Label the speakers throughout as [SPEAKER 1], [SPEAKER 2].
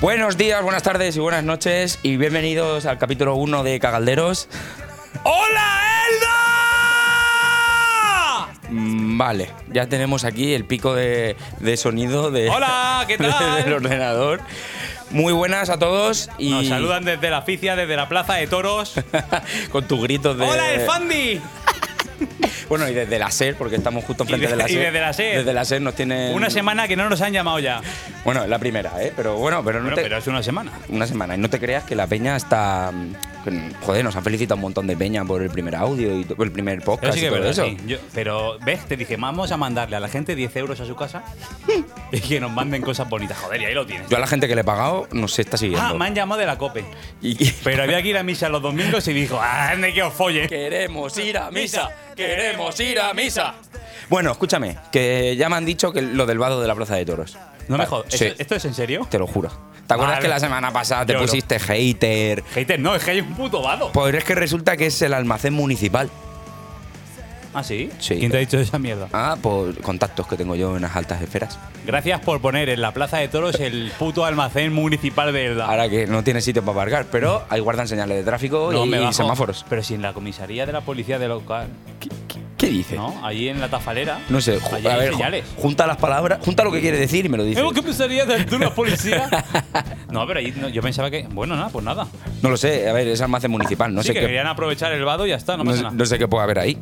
[SPEAKER 1] Buenos días, buenas tardes y buenas noches y bienvenidos al capítulo 1 de Cagalderos.
[SPEAKER 2] ¡Hola, Elda!
[SPEAKER 1] Mm, Vale, ya tenemos aquí el pico de, de sonido de,
[SPEAKER 2] Hola, ¿qué tal?
[SPEAKER 1] del ordenador. Muy buenas a todos y
[SPEAKER 2] Nos saludan desde la aficia, desde la plaza de toros.
[SPEAKER 1] con tus gritos de...
[SPEAKER 2] ¡Hola, el Fandi!
[SPEAKER 1] Bueno, y desde la SER, porque estamos justo enfrente
[SPEAKER 2] Y
[SPEAKER 1] de,
[SPEAKER 2] de-
[SPEAKER 1] la
[SPEAKER 2] y
[SPEAKER 1] SER.
[SPEAKER 2] desde la SER.
[SPEAKER 1] Desde la SER nos tienen...
[SPEAKER 2] Una semana que no nos han llamado ya.
[SPEAKER 1] Bueno, la primera, ¿eh? Pero bueno, pero no
[SPEAKER 2] Bueno,
[SPEAKER 1] te-
[SPEAKER 2] pero es una semana.
[SPEAKER 1] Una semana. Y no te creas que la peña está... mm, Joder, nos han felicitado un montón de peña por el primer audio y to- por el primer podcast
[SPEAKER 2] Pero sí
[SPEAKER 1] y
[SPEAKER 2] que es
[SPEAKER 1] todo
[SPEAKER 2] verdad,
[SPEAKER 1] eso.
[SPEAKER 2] sí. Yo- pero, ¿ves? Te dije, vamos a mandarle a la gente 10 euros a su casa y que nos manden cosas bonitas. Joder, y ahí lo tienes.
[SPEAKER 1] Yo a la gente que le he pagado no se está siguiendo.
[SPEAKER 2] Ah, me han llamado de la COPE.
[SPEAKER 1] Y- y-
[SPEAKER 2] Pero había que ir a misa los domingos y dijo, ¡ah, de que os folle!
[SPEAKER 1] Queremos ir a
[SPEAKER 2] misa, queremos
[SPEAKER 1] ir a misa. Bueno, escúchame, que ya me han dicho que lo del vado de la Plaza de Toros.
[SPEAKER 2] No me
[SPEAKER 1] Vale,
[SPEAKER 2] jodas.
[SPEAKER 1] sí,
[SPEAKER 2] ¿Esto, esto es en serio?
[SPEAKER 1] te lo juro. ¿Te acuerdas
[SPEAKER 2] Vale.
[SPEAKER 1] que la semana pasada te
[SPEAKER 2] Lloro.
[SPEAKER 1] pusiste hater?
[SPEAKER 2] Hater, no, es que hay un puto vado.
[SPEAKER 1] Pues es que resulta que es el almacén municipal.
[SPEAKER 2] ¿Ah, sí?
[SPEAKER 1] Sí.
[SPEAKER 2] ¿Quién te ha dicho esa mierda?
[SPEAKER 1] Ah, por contactos que tengo yo en las altas esferas.
[SPEAKER 2] Gracias por poner en la Plaza de Toros el puto almacén municipal de Elda.
[SPEAKER 1] Ahora que no tiene sitio para aparcar, pero ahí guardan señales de tráfico
[SPEAKER 2] No,
[SPEAKER 1] y,
[SPEAKER 2] me bajo.
[SPEAKER 1] semáforos.
[SPEAKER 2] Pero si en la comisaría de la policía de local,
[SPEAKER 1] ¿Qué, qué- qué dice? No,
[SPEAKER 2] ¿no? Allí en la tafalera.
[SPEAKER 1] sé, ju-
[SPEAKER 2] Allí
[SPEAKER 1] a
[SPEAKER 2] hay
[SPEAKER 1] ver, ju-
[SPEAKER 2] señales. Eh,
[SPEAKER 1] junta las palabras, junta lo que quiere decir y me lo dice.
[SPEAKER 2] ¿En la comisaría de, de la policía? no, pero allí no- yo pensaba que. Bueno, nada, pues nada.
[SPEAKER 1] No lo sé, a ver, es almacén municipal, no
[SPEAKER 2] sí,
[SPEAKER 1] sé
[SPEAKER 2] que
[SPEAKER 1] qué
[SPEAKER 2] querían aprovechar el vado y ya está, no
[SPEAKER 1] no,
[SPEAKER 2] pasa
[SPEAKER 1] sé-
[SPEAKER 2] nada.
[SPEAKER 1] no sé qué puede haber ahí.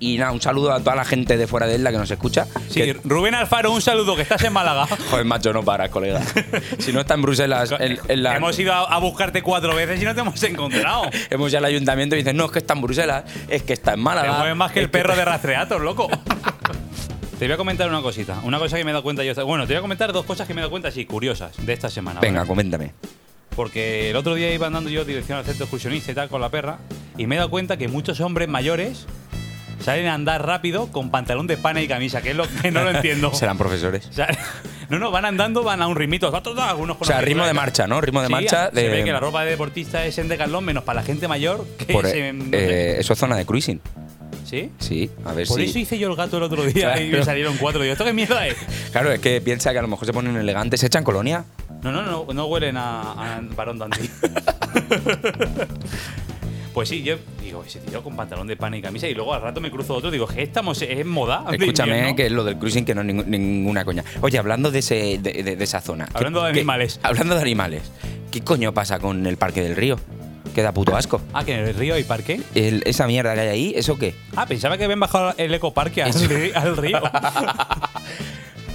[SPEAKER 1] Y nada, un saludo a toda la gente de fuera de Isla que nos escucha.
[SPEAKER 2] Sí,
[SPEAKER 1] Que-
[SPEAKER 2] Rubén Alfaro, un saludo, que estás en Málaga.
[SPEAKER 1] joder, macho, no paras, colega. si no está en Bruselas, en, en la-
[SPEAKER 2] Hemos ido a, a buscarte cuatro veces y no te hemos encontrado.
[SPEAKER 1] hemos ido al ayuntamiento y dicen, no, es que está en Bruselas, es que está en
[SPEAKER 2] Te
[SPEAKER 1] Málaga.
[SPEAKER 2] mueves más que
[SPEAKER 1] es
[SPEAKER 2] el este perro
[SPEAKER 1] está-".
[SPEAKER 2] de rastreatos, loco. Te voy a comentar una cosita, una cosa que me he dado cuenta yo. esta- Bueno, te voy a comentar dos cosas que me he dado cuenta, sí, curiosas, de esta semana. ¿vale?
[SPEAKER 1] Venga, coméntame.
[SPEAKER 2] Porque el otro día iba andando yo dirección al centro excursionista y tal con la perra, y me he dado cuenta que muchos hombres mayores salen a andar rápido con pantalón de pana y camisa, que es lo que no lo entiendo.
[SPEAKER 1] Serán profesores.
[SPEAKER 2] O sea, no, no, van andando, van a un ritmito. Algunos con
[SPEAKER 1] O sea,
[SPEAKER 2] auriculares.
[SPEAKER 1] ritmo de marcha, ¿no? Ritmo de
[SPEAKER 2] Sí,
[SPEAKER 1] marcha
[SPEAKER 2] Se
[SPEAKER 1] de-
[SPEAKER 2] ve que la ropa de deportista es en Decathlon, menos para la gente mayor que
[SPEAKER 1] Por,
[SPEAKER 2] se-
[SPEAKER 1] eh, eh, eso es zona de cruising.
[SPEAKER 2] Pues ¿Sí?
[SPEAKER 1] Sí, a ver
[SPEAKER 2] Por
[SPEAKER 1] si.
[SPEAKER 2] eso hice yo el gato el otro día y me
[SPEAKER 1] Claro.
[SPEAKER 2] salieron cuatro. Digo, ¿esto qué mierda es?
[SPEAKER 1] Claro, es que piensa que a lo mejor se ponen elegantes, se echan colonia.
[SPEAKER 2] No, no, no, no huelen a, a varón dandy. pues sí, yo digo, ese tío con pantalón de pana y camisa y luego al rato me cruzo otro y digo, ¿qué estamos? ¿Es moda? de
[SPEAKER 1] Escúchame,
[SPEAKER 2] invierno?
[SPEAKER 1] que lo del cruising que no es ningún- ninguna coña. Oye, hablando de, ese, de, de- de esa zona. ¿qué-
[SPEAKER 2] Hablando de
[SPEAKER 1] qué-
[SPEAKER 2] animales.
[SPEAKER 1] hablando de animales. ¿Qué coño pasa con el Parque del Río? Que da puto asco.
[SPEAKER 2] Ah, que en el río hay parque.
[SPEAKER 1] El- esa mierda que hay ahí, ¿eso qué?
[SPEAKER 2] Ah, pensaba que habían bajado el ecoparque al,
[SPEAKER 1] Eso.
[SPEAKER 2] ri- al río.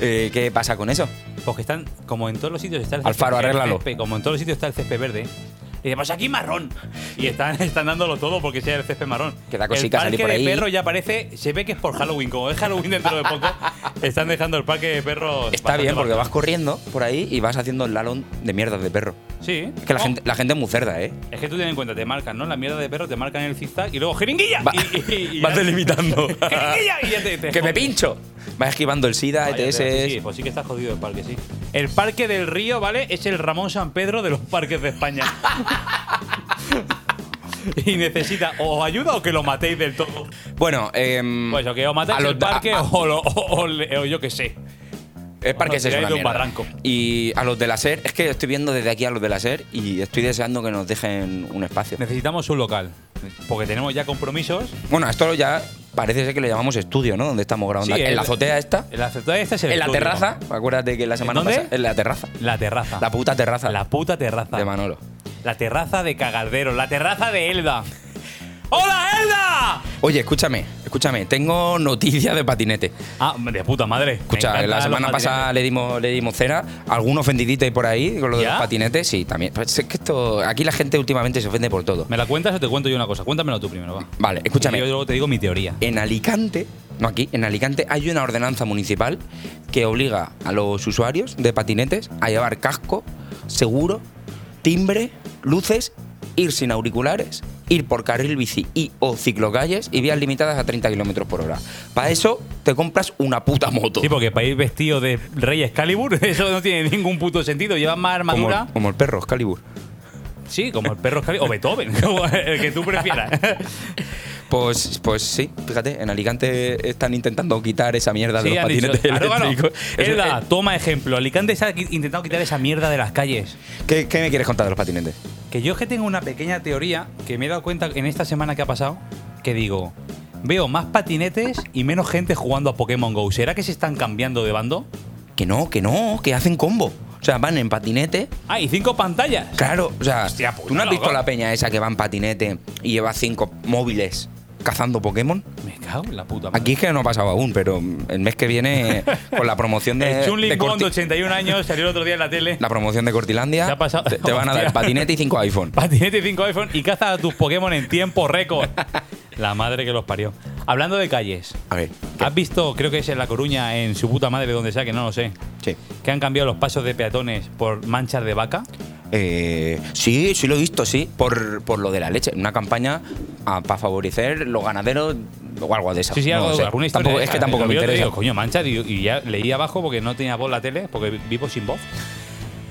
[SPEAKER 1] Eh, ¿Qué pasa con eso?
[SPEAKER 2] Porque están, como en todos los sitios está el
[SPEAKER 1] Alfaro,
[SPEAKER 2] césped-
[SPEAKER 1] arréglalo.
[SPEAKER 2] césped, como en todos los sitios está el césped verde. Y dice, pues aquí marrón. Y están, están dándolo todo porque sea el césped marrón.
[SPEAKER 1] Que da cosica
[SPEAKER 2] el parque
[SPEAKER 1] salir por ahí.
[SPEAKER 2] de perro ya parece, se ve que es por Halloween. Como es Halloween dentro de poco, están dejando el parque de perros.
[SPEAKER 1] Está bien, porque vas
[SPEAKER 2] bastante
[SPEAKER 1] corriendo por ahí y vas haciendo el lalón de mierdas de perro.
[SPEAKER 2] bajado. Sí.
[SPEAKER 1] Es que la,
[SPEAKER 2] No,
[SPEAKER 1] gente, la gente es muy cerda, ¿eh?
[SPEAKER 2] Es que tú ten en cuenta, te marcan, ¿no? La mierda de perro te marcan el zigzag y luego jeringuilla.
[SPEAKER 1] Va-
[SPEAKER 2] y, y- y
[SPEAKER 1] vas
[SPEAKER 2] ya-
[SPEAKER 1] delimitando.
[SPEAKER 2] jeringuilla y ya te, te
[SPEAKER 1] ¡Que me
[SPEAKER 2] jodes.
[SPEAKER 1] pincho! Vas esquivando el SIDA, E
[SPEAKER 2] Vaya,
[SPEAKER 1] ETS.
[SPEAKER 2] pero sí, sí, pues sí que está jodido el parque, sí. El parque del río, ¿vale? Es el Ramón San Pedro de los parques de España. y necesita o ayuda o que lo matéis del todo.
[SPEAKER 1] Bueno, em,
[SPEAKER 2] Pues o que o matáis
[SPEAKER 1] a los
[SPEAKER 2] el
[SPEAKER 1] da-
[SPEAKER 2] parque
[SPEAKER 1] a-
[SPEAKER 2] o, lo- o- o le- o yo qué sé.
[SPEAKER 1] El parque es
[SPEAKER 2] Tiráis
[SPEAKER 1] una
[SPEAKER 2] de un
[SPEAKER 1] mierda.
[SPEAKER 2] barranco.
[SPEAKER 1] Y a los de la SER, es que estoy viendo desde aquí a los de la SER y estoy deseando que nos dejen un espacio.
[SPEAKER 2] Necesitamos un local. Porque tenemos ya compromisos.
[SPEAKER 1] Bueno, a esto ya parece ser que le llamamos estudio, ¿no? Donde estamos grabando.
[SPEAKER 2] Sí,
[SPEAKER 1] en
[SPEAKER 2] el-
[SPEAKER 1] la azotea esta,
[SPEAKER 2] El aceptado este es el
[SPEAKER 1] en la
[SPEAKER 2] estudio.
[SPEAKER 1] terraza. Acuérdate que la semana
[SPEAKER 2] dónde?
[SPEAKER 1] pasada. En la terraza.
[SPEAKER 2] La terraza.
[SPEAKER 1] La puta terraza.
[SPEAKER 2] La puta terraza.
[SPEAKER 1] de Manolo.
[SPEAKER 2] La terraza de Cagardero. La terraza de Elda. ¡Hola, Elda!
[SPEAKER 1] Oye, escúchame, escúchame, tengo noticias de patinete.
[SPEAKER 2] Ah, de puta madre. Me
[SPEAKER 1] Escucha,
[SPEAKER 2] encantan
[SPEAKER 1] la
[SPEAKER 2] los
[SPEAKER 1] semana
[SPEAKER 2] patinetes.
[SPEAKER 1] pasada le dimos, le dimos cera. Algún ofendidito ahí por ahí con lo de
[SPEAKER 2] ¿Ya?
[SPEAKER 1] los patinetes, sí, también. Pues es que esto. Aquí la gente últimamente se ofende por todo.
[SPEAKER 2] ¿Me la cuentas o te cuento yo una cosa? Cuéntamelo tú primero, va.
[SPEAKER 1] Vale, escúchame.
[SPEAKER 2] Y Yo luego te digo mi teoría.
[SPEAKER 1] En Alicante, no aquí, en Alicante hay una ordenanza municipal que obliga a los usuarios de patinetes a llevar casco, seguro, timbre, luces, ir sin auriculares ir por carril bici y o ciclocalles y vías limitadas a 30 kilómetros por hora. Para eso te compras una puta moto.
[SPEAKER 2] Sí, porque para ir vestido de Rey Excalibur, eso no tiene ningún puto sentido. Llevas más
[SPEAKER 1] como,
[SPEAKER 2] armadura.
[SPEAKER 1] el- como el perro Excalibur.
[SPEAKER 2] Sí, como el perro Excalibur. O Beethoven, como el que tú prefieras.
[SPEAKER 1] Pues, pues sí, fíjate, en Alicante están intentando quitar esa mierda de
[SPEAKER 2] Sí,
[SPEAKER 1] los
[SPEAKER 2] han dicho,
[SPEAKER 1] patinetes
[SPEAKER 2] "Arógano,
[SPEAKER 1] eléctricos. Eso- eh,
[SPEAKER 2] Elda, toma ejemplo. Alicante se ha qui- intentado quitar esa mierda de las calles.
[SPEAKER 1] eh, ¿Qué, qué me quieres contar de los patinetes?
[SPEAKER 2] Que yo es que tengo una pequeña teoría que me he dado cuenta en esta semana que ha pasado, que digo, veo más patinetes y menos gente jugando a Pokémon Go. ¿Será que se están cambiando de bando?
[SPEAKER 1] Que no, que no, que hacen combo. O sea, van en patinete.
[SPEAKER 2] Ah, y cinco pantallas.
[SPEAKER 1] Claro, o sea,
[SPEAKER 2] Hostia puta,
[SPEAKER 1] ¿tú no has visto
[SPEAKER 2] loco.
[SPEAKER 1] la peña esa que va en patinete y lleva cinco móviles cazando Pokémon?
[SPEAKER 2] Me cago en la puta madre.
[SPEAKER 1] Aquí es que no ha pasado aún, pero el mes que viene, con la promoción de,
[SPEAKER 2] El Chun
[SPEAKER 1] Eh, de
[SPEAKER 2] Ling Bond,
[SPEAKER 1] Corti-
[SPEAKER 2] de 81 años, salió el otro día en la tele.
[SPEAKER 1] la promoción de Cortilandia,
[SPEAKER 2] Se ha pasado-
[SPEAKER 1] te, te van a dar
[SPEAKER 2] Hostia.
[SPEAKER 1] patinete y cinco iPhone.
[SPEAKER 2] Patinete y 5 iPhone y caza a tus Pokémon en tiempo récord. La madre que los parió. Hablando de calles,
[SPEAKER 1] A ver, ¿qué?
[SPEAKER 2] ¿has visto, creo que es en La Coruña, en su puta madre, donde sea, que no lo sé,
[SPEAKER 1] sí.
[SPEAKER 2] que han cambiado los pasos de peatones por manchas de vaca?
[SPEAKER 1] Eh, sí, sí lo he visto, sí, por, por lo de la leche. Una campaña para favorecer los ganaderos o algo de esa.
[SPEAKER 2] Sí, sí,
[SPEAKER 1] no
[SPEAKER 2] algo,
[SPEAKER 1] lo sé.
[SPEAKER 2] alguna historia.
[SPEAKER 1] Tampoco-
[SPEAKER 2] de
[SPEAKER 1] es
[SPEAKER 2] esa.
[SPEAKER 1] que tampoco
[SPEAKER 2] Lo
[SPEAKER 1] me
[SPEAKER 2] veo, te
[SPEAKER 1] interesa.
[SPEAKER 2] digo, coño, mancha, digo, y ya leí abajo porque no tenía voz la tele, porque vivo sin voz.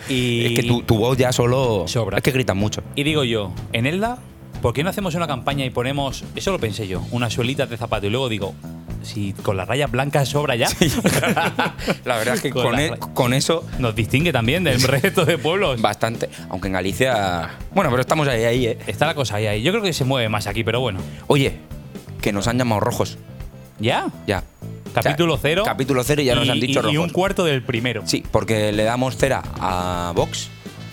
[SPEAKER 2] Y,
[SPEAKER 1] Es que tu, tu voz ya solo.
[SPEAKER 2] Sobra.
[SPEAKER 1] Es que gritan mucho.
[SPEAKER 2] y digo yo, en Elda, ¿por qué no hacemos una campaña y ponemos, eso lo pensé yo, unas suelitas de zapato? Y luego digo, si con las rayas blancas sobra ya.
[SPEAKER 1] La verdad es que
[SPEAKER 2] Con
[SPEAKER 1] con,
[SPEAKER 2] la-
[SPEAKER 1] e- con eso,
[SPEAKER 2] Nos distingue también del resto de pueblos.
[SPEAKER 1] bastante. Aunque en Galicia. Bueno, pero estamos ahí, ahí, ¿eh?
[SPEAKER 2] Está la cosa ahí, ahí. Yo creo que se mueve más aquí, pero bueno.
[SPEAKER 1] Oye, que nos han llamado rojos.
[SPEAKER 2] ¿Ya?
[SPEAKER 1] Ya.
[SPEAKER 2] Capítulo
[SPEAKER 1] O sea,
[SPEAKER 2] cero.
[SPEAKER 1] Capítulo cero y ya nos han dicho
[SPEAKER 2] y-
[SPEAKER 1] rojos.
[SPEAKER 2] Y un cuarto del primero.
[SPEAKER 1] Sí, porque le damos cera a Vox,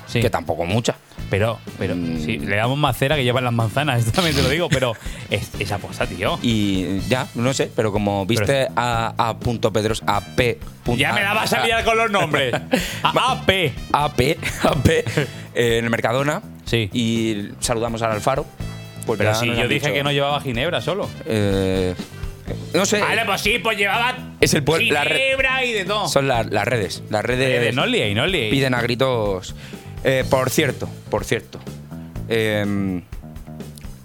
[SPEAKER 2] Sí.
[SPEAKER 1] que tampoco mucha.
[SPEAKER 2] Pero, pero,
[SPEAKER 1] Mm.
[SPEAKER 2] sí, le damos más cera que llevan las manzanas, también te lo digo, pero es, es aposta, tío.
[SPEAKER 1] Y ya, no sé, pero como viste a, a punto Pedros, a P. punto-
[SPEAKER 2] Ya me la vas a liar con los nombres. A- AP.
[SPEAKER 1] A P, a P, eh, en el Mercadona.
[SPEAKER 2] Sí.
[SPEAKER 1] Y saludamos al Alfaro. Pues
[SPEAKER 2] Pero
[SPEAKER 1] ya
[SPEAKER 2] si
[SPEAKER 1] nos
[SPEAKER 2] yo
[SPEAKER 1] han
[SPEAKER 2] dije
[SPEAKER 1] dicho,
[SPEAKER 2] que no llevaba ginebra solo.
[SPEAKER 1] eh, no sé.
[SPEAKER 2] Vale, pues sí, pues llevaba
[SPEAKER 1] Es el pueblo- la red-
[SPEAKER 2] ginebra y de todo.
[SPEAKER 1] Son la- las redes. Las redes,
[SPEAKER 2] Eh, no liéis, no liéis.
[SPEAKER 1] piden a gritos. Eh, por cierto, por cierto. eh,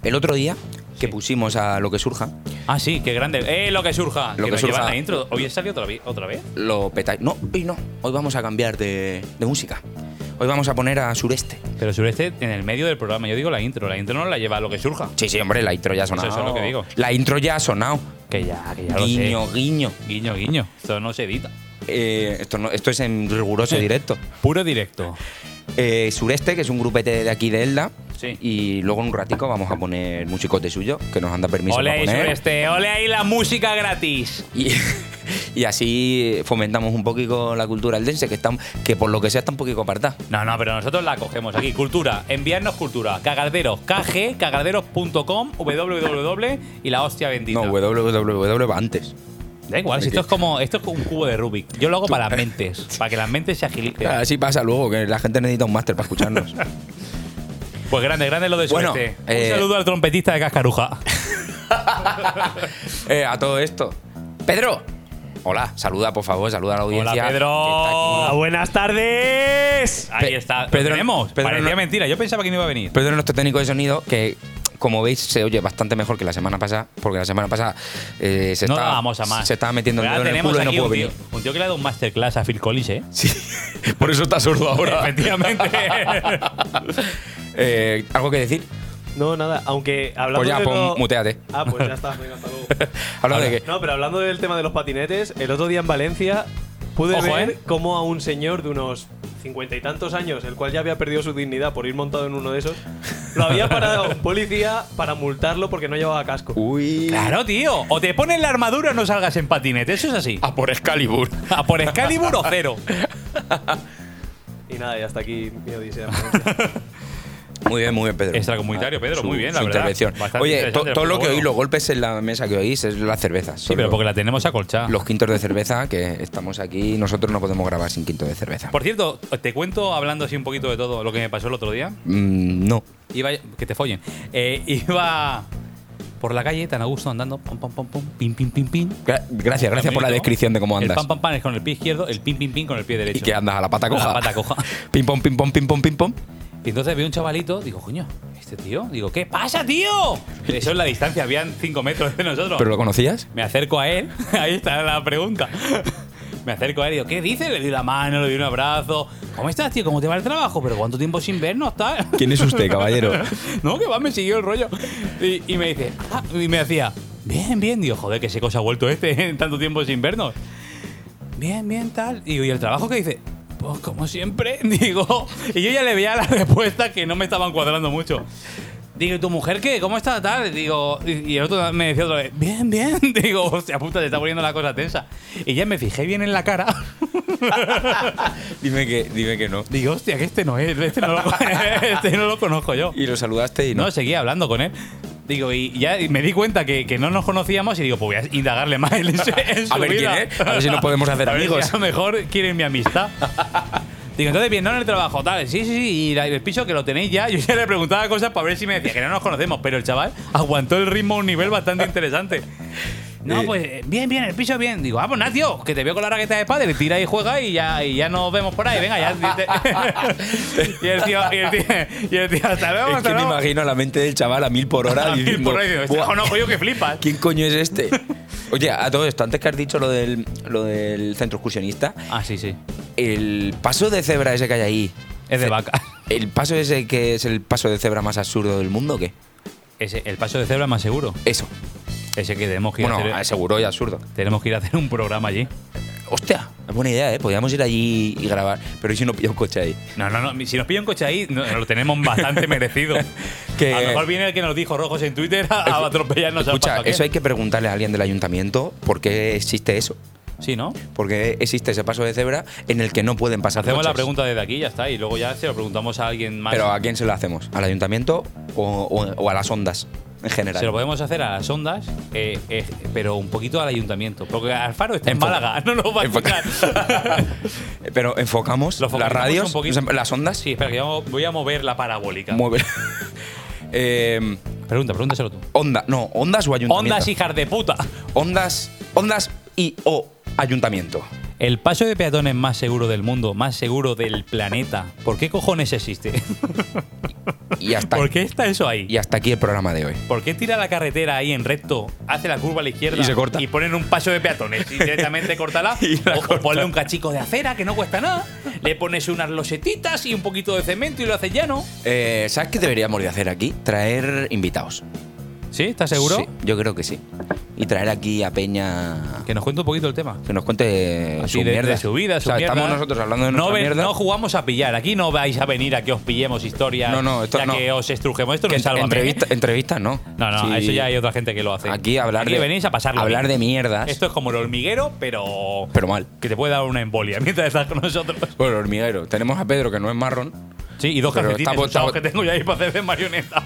[SPEAKER 1] el otro día que pusimos a lo que surja,
[SPEAKER 2] Ah, sí, qué grande. Eh, lo que surja.
[SPEAKER 1] Lo que
[SPEAKER 2] nos
[SPEAKER 1] surja.
[SPEAKER 2] llevan la intro. Hoy salió otra vez. Otra vez.
[SPEAKER 1] lo petáis. No, hoy no. Hoy vamos a cambiar de, de música. Hoy vamos a poner a sureste.
[SPEAKER 2] Pero sureste en el medio del programa. Yo digo la intro. La intro no la lleva lo que surja.
[SPEAKER 1] Sí, sí, hombre, la intro ya ha sonado.
[SPEAKER 2] Pues eso es lo que digo.
[SPEAKER 1] La intro ya ha sonado.
[SPEAKER 2] Que ya, que ya
[SPEAKER 1] guiño,
[SPEAKER 2] lo sé.
[SPEAKER 1] guiño.
[SPEAKER 2] Guiño, guiño. Esto no se edita.
[SPEAKER 1] Eh, esto, no- esto es en riguroso
[SPEAKER 2] Eh.
[SPEAKER 1] directo.
[SPEAKER 2] Puro directo.
[SPEAKER 1] Eh, Sureste, que es un grupete de aquí de Elda.
[SPEAKER 2] Sí.
[SPEAKER 1] Y luego en un ratico vamos a poner musicote suyo, que nos han dado permiso
[SPEAKER 2] Ole
[SPEAKER 1] para
[SPEAKER 2] ahí,
[SPEAKER 1] poner.
[SPEAKER 2] sureste. Ole ahí la música gratis.
[SPEAKER 1] Y, y así fomentamos un poquito la cultura eldense, que, están, que por lo que sea está un poquito apartada.
[SPEAKER 2] No, no, pero nosotros la cogemos aquí. Cultura, enviarnos cultura. Cagarderos, kg, cagarderos.com, www y la hostia bendita.
[SPEAKER 1] No, www va antes.
[SPEAKER 2] da igual, si esto es como esto es como un cubo de Rubik. Yo lo hago
[SPEAKER 1] eh.
[SPEAKER 2] para las mentes, para que las mentes se agilicen.
[SPEAKER 1] Claro, así pasa luego, que la gente necesita un máster para escucharnos.
[SPEAKER 2] Pues grande, grande lo de
[SPEAKER 1] Bueno,
[SPEAKER 2] suerte.
[SPEAKER 1] eh,
[SPEAKER 2] Un saludo al trompetista de Cascaruja.
[SPEAKER 1] Eh, a todo esto. Pedro. Hola, saluda por favor, saluda a la audiencia.
[SPEAKER 2] Hola,
[SPEAKER 1] ah, que
[SPEAKER 2] Pedro.
[SPEAKER 1] está aquí.
[SPEAKER 3] Ah, buenas tardes.
[SPEAKER 2] Ahí
[SPEAKER 1] Pe-
[SPEAKER 2] está. Lo
[SPEAKER 1] Pedro-
[SPEAKER 2] tenemos.
[SPEAKER 1] Pedro
[SPEAKER 2] Parecía
[SPEAKER 1] no-
[SPEAKER 2] mentira. Yo pensaba que no iba a venir.
[SPEAKER 1] Pedro es nuestro técnico de sonido que, como veis, se oye bastante mejor que la semana pasada, porque la semana pasada eh, se,
[SPEAKER 2] no
[SPEAKER 1] estaba,
[SPEAKER 2] dábamos a más.
[SPEAKER 1] se estaba metiendo el
[SPEAKER 2] Pero ahora
[SPEAKER 1] dedo en el
[SPEAKER 2] tenemos
[SPEAKER 1] culo y no
[SPEAKER 2] aquí
[SPEAKER 1] pudo
[SPEAKER 2] un tío,
[SPEAKER 1] venir.
[SPEAKER 2] Un tío que le ha dado un masterclass a Phil Collins, ¿eh?
[SPEAKER 1] Sí, por eso está sordo ahora.
[SPEAKER 2] Efectivamente.
[SPEAKER 1] Eh, ¿Algo que decir?
[SPEAKER 3] No, nada, aunque hablando
[SPEAKER 1] Pues ya,
[SPEAKER 3] de
[SPEAKER 1] pon-
[SPEAKER 3] lo-
[SPEAKER 1] muteate.
[SPEAKER 3] Ah, pues ya está, venga, hasta luego.
[SPEAKER 1] Habla de que.
[SPEAKER 3] No, pero hablando del tema de los patinetes, el otro día en Valencia pude
[SPEAKER 2] Ojo,
[SPEAKER 3] ver
[SPEAKER 2] ¿eh?
[SPEAKER 3] cómo a un señor de unos cincuenta y tantos años, el cual ya había perdido su dignidad por ir montado en uno de esos, lo había parado un policía para multarlo porque no llevaba casco.
[SPEAKER 1] Uy.
[SPEAKER 2] claro, tío. O te pones la armadura o no salgas en patinete. Eso es así.
[SPEAKER 1] A por Excalibur.
[SPEAKER 2] A por Excalibur o cero.
[SPEAKER 3] Y nada, y hasta aquí mi odisea. en Valencia.
[SPEAKER 1] Muy bien, muy bien, Pedro.
[SPEAKER 2] Extracomunitario, Pedro,
[SPEAKER 1] Su-
[SPEAKER 2] muy bien,
[SPEAKER 1] su
[SPEAKER 2] la verdad.
[SPEAKER 1] intervención.
[SPEAKER 2] Bastante
[SPEAKER 1] Oye, to-
[SPEAKER 2] interesante,
[SPEAKER 1] todo
[SPEAKER 2] pero
[SPEAKER 1] lo que
[SPEAKER 2] bueno.
[SPEAKER 1] oís, los golpes en la mesa que oís, es la cerveza.
[SPEAKER 2] Sí, pero porque la tenemos acolchada.
[SPEAKER 1] los quintos de cerveza, que estamos aquí, nosotros no podemos grabar sin quinto de cerveza.
[SPEAKER 2] Por cierto, te cuento, hablando así un poquito de todo, lo que me pasó el otro día.
[SPEAKER 1] Mm, no.
[SPEAKER 2] Iba, que te follen. Eh, iba por la calle, tan a gusto, andando, pam, pam, pam, pam, pim, pim, pim, pim.
[SPEAKER 1] Gra- gracias, gracias por la
[SPEAKER 2] Caminito.
[SPEAKER 1] descripción de cómo
[SPEAKER 2] El
[SPEAKER 1] andas.
[SPEAKER 2] pam, pam, pam es con el pie izquierdo, el pim, pim, pim con el pie
[SPEAKER 1] y
[SPEAKER 2] derecho.
[SPEAKER 1] que andas a la pata
[SPEAKER 2] Con
[SPEAKER 1] coja.
[SPEAKER 2] La pata coja.
[SPEAKER 1] Pim pom, pim pom, pim pom, pim pom.
[SPEAKER 2] Y entonces vi un chavalito, digo, coño, este tío, digo, ¿qué pasa, tío? Eso en la distancia, habían 5 metros de nosotros.
[SPEAKER 1] ¿Pero lo conocías?
[SPEAKER 2] Me acerco a él, ahí está la pregunta. Me acerco a él y digo, ¿qué dices? Le doy la mano, le doy un abrazo. ¿Cómo estás, tío? ¿Cómo te va el trabajo? ¿Pero cuánto tiempo sin vernos? Tal?
[SPEAKER 1] ¿Quién es usted, caballero?
[SPEAKER 2] No, que va, me siguió el rollo. Y, y me dice, ah, y me decía, bien, bien, digo, joder, que seco se ha vuelto este en tanto tiempo sin vernos. Bien, bien, tal. Y digo, ¿y el trabajo que dice? Pues como siempre, digo. Y yo ya le veía la respuesta que no me estaban cuadrando mucho. Digo, ¿y tu mujer qué? ¿Cómo está? Tal. Digo, y y el otro me decía otra vez, bien, bien. Digo, hostia puta, te está poniendo la cosa tensa. Y ya me fijé bien en la cara.
[SPEAKER 1] dime, que, dime que no.
[SPEAKER 2] Digo, hostia, que este no es, este no lo, este no lo conozco yo.
[SPEAKER 1] Y lo saludaste y no.
[SPEAKER 2] No, seguía hablando con él. Digo, y ya me di cuenta que, que no nos conocíamos y digo, pues voy a indagarle más en, su- en su
[SPEAKER 1] A ver quién
[SPEAKER 2] vida.
[SPEAKER 1] es, a ver si nos podemos hacer
[SPEAKER 2] A ver si
[SPEAKER 1] amigos.
[SPEAKER 2] a lo mejor quieren mi amistad. Digo, entonces bien, no en el trabajo, tal, sí, sí, sí, y la- el piso que lo tenéis ya, yo ya le preguntaba cosas para ver si me decía que no nos conocemos, pero el chaval aguantó el ritmo a un nivel bastante interesante. No,
[SPEAKER 1] Eh,
[SPEAKER 2] pues eh, bien, bien, el piso bien. Digo, ah, pues nada, tío, que te veo con la raqueta de padre, tira y juega y ya, y ya nos vemos por ahí, venga, ya. y, el tío, y el tío, y el tío, hasta luego,
[SPEAKER 1] es
[SPEAKER 2] hasta
[SPEAKER 1] que me
[SPEAKER 2] luego.
[SPEAKER 1] imagino la mente del chaval a mil por hora
[SPEAKER 2] A mí
[SPEAKER 1] diciendo,
[SPEAKER 2] por ahí digo, este
[SPEAKER 1] "Buah,
[SPEAKER 2] conojo yo que flipas.
[SPEAKER 1] ¿Quién coño es este? Oye, a todo esto, antes que has dicho lo del, lo del centro excursionista,
[SPEAKER 2] Ah, sí, sí.
[SPEAKER 1] el paso de cebra ese que hay ahí,
[SPEAKER 2] Es de vaca.
[SPEAKER 1] ¿el paso ese que es el paso de cebra más absurdo del mundo o qué?
[SPEAKER 2] Ese, el paso de cebra más seguro.
[SPEAKER 1] Eso.
[SPEAKER 2] Ese que tenemos que ir
[SPEAKER 1] Bueno,
[SPEAKER 2] a hacer.
[SPEAKER 1] seguro y absurdo.
[SPEAKER 2] Tenemos que ir a hacer un programa allí.
[SPEAKER 1] Hostia, es buena idea, ¿eh? Podríamos ir allí y grabar, pero ¿y si no pilla un coche ahí?
[SPEAKER 2] No, no, no. Si nos pilla un coche ahí, no- lo tenemos bastante merecido.
[SPEAKER 1] Que-
[SPEAKER 2] A lo mejor viene el que nos dijo rojos en Twitter a, Ah, a atropellarnos al
[SPEAKER 1] Escucha,
[SPEAKER 2] pasaje.
[SPEAKER 1] eso hay que preguntarle a alguien del ayuntamiento por qué existe eso.
[SPEAKER 2] Sí, ¿no?
[SPEAKER 1] Por qué existe ese paso de cebra en el que no pueden pasar
[SPEAKER 2] Hacemos la
[SPEAKER 1] coches.
[SPEAKER 2] pregunta desde aquí, ya está. Y luego ya se lo preguntamos a alguien más.
[SPEAKER 1] Pero ¿a quién se la hacemos? ¿Al ayuntamiento o, o- o a las ondas en general?
[SPEAKER 2] se lo podemos hacer a las ondas, eh, eh, pero un poquito al ayuntamiento. Porque Alfaro está en
[SPEAKER 1] Enfoca.
[SPEAKER 2] Málaga, no nos va a
[SPEAKER 1] Enfoca.
[SPEAKER 2] escuchar.
[SPEAKER 1] Pero enfocamos
[SPEAKER 2] Lo
[SPEAKER 1] las
[SPEAKER 2] focalizamos
[SPEAKER 1] radios,
[SPEAKER 2] un poquito.
[SPEAKER 1] las ondas.
[SPEAKER 2] sí, espera, que yo voy a mover la parabólica.
[SPEAKER 1] Mueve. Eh,
[SPEAKER 2] Pregunta, pregúntaselo tú.
[SPEAKER 1] onda, no, ondas o ayuntamiento.
[SPEAKER 2] Ondas, hijas de puta.
[SPEAKER 1] Ondas, ondas y o ayuntamiento.
[SPEAKER 2] El paso de peatones más seguro del mundo, más seguro del planeta. ¿Por qué cojones existe?
[SPEAKER 1] Y hasta,
[SPEAKER 2] ¿Por qué está eso ahí?
[SPEAKER 1] y hasta aquí el programa de hoy.
[SPEAKER 2] ¿Por qué tira la carretera ahí en recto, hace la curva a la izquierda
[SPEAKER 1] Y se corta.
[SPEAKER 2] ponen un paso de peatones? Y directamente cortala.
[SPEAKER 1] Y la
[SPEAKER 2] o, o
[SPEAKER 1] corta.
[SPEAKER 2] ponle un cachico de acera que no cuesta nada. Le pones unas losetitas y un poquito de cemento y lo haces llano.
[SPEAKER 1] Eh, ¿Sabes qué deberíamos de hacer aquí? Traer invitados.
[SPEAKER 2] ¿Sí? ¿Estás
[SPEAKER 1] Sí, yo creo que sí. Y traer aquí a Peña
[SPEAKER 2] Que nos cuente un poquito el tema.
[SPEAKER 1] que nos cuente
[SPEAKER 2] Así
[SPEAKER 1] su
[SPEAKER 2] de,
[SPEAKER 1] mierda.
[SPEAKER 2] de su vida, su
[SPEAKER 1] O sea,
[SPEAKER 2] mierda.
[SPEAKER 1] Estamos nosotros hablando de
[SPEAKER 2] no
[SPEAKER 1] nuestra
[SPEAKER 2] ven-
[SPEAKER 1] mierda.
[SPEAKER 2] No jugamos a pillar. Aquí no vais a venir a que os pillemos historias.
[SPEAKER 1] No, no, esto
[SPEAKER 2] y a
[SPEAKER 1] no.
[SPEAKER 2] que os estrujemos. Esto no
[SPEAKER 1] Que
[SPEAKER 2] es Sálvame, ¿eh?
[SPEAKER 1] entrevista, entrevista no.
[SPEAKER 2] No, no,
[SPEAKER 1] Sí.
[SPEAKER 2] eso ya hay otra gente que lo hace.
[SPEAKER 1] Aquí hablar de
[SPEAKER 2] venís a pasarlo.
[SPEAKER 1] hablar
[SPEAKER 2] bien.
[SPEAKER 1] de mierdas,
[SPEAKER 2] Esto es como el hormiguero, pero.
[SPEAKER 1] pero mal.
[SPEAKER 2] que te puede dar una embolia mientras estás con nosotros.
[SPEAKER 1] Bueno, hormiguero, tenemos a Pedro que no es marrón.
[SPEAKER 2] Sí, y dos
[SPEAKER 1] Pero
[SPEAKER 2] calcetines
[SPEAKER 1] está-
[SPEAKER 2] usados
[SPEAKER 1] está-
[SPEAKER 2] que tengo ya ahí para hacer de marioneta.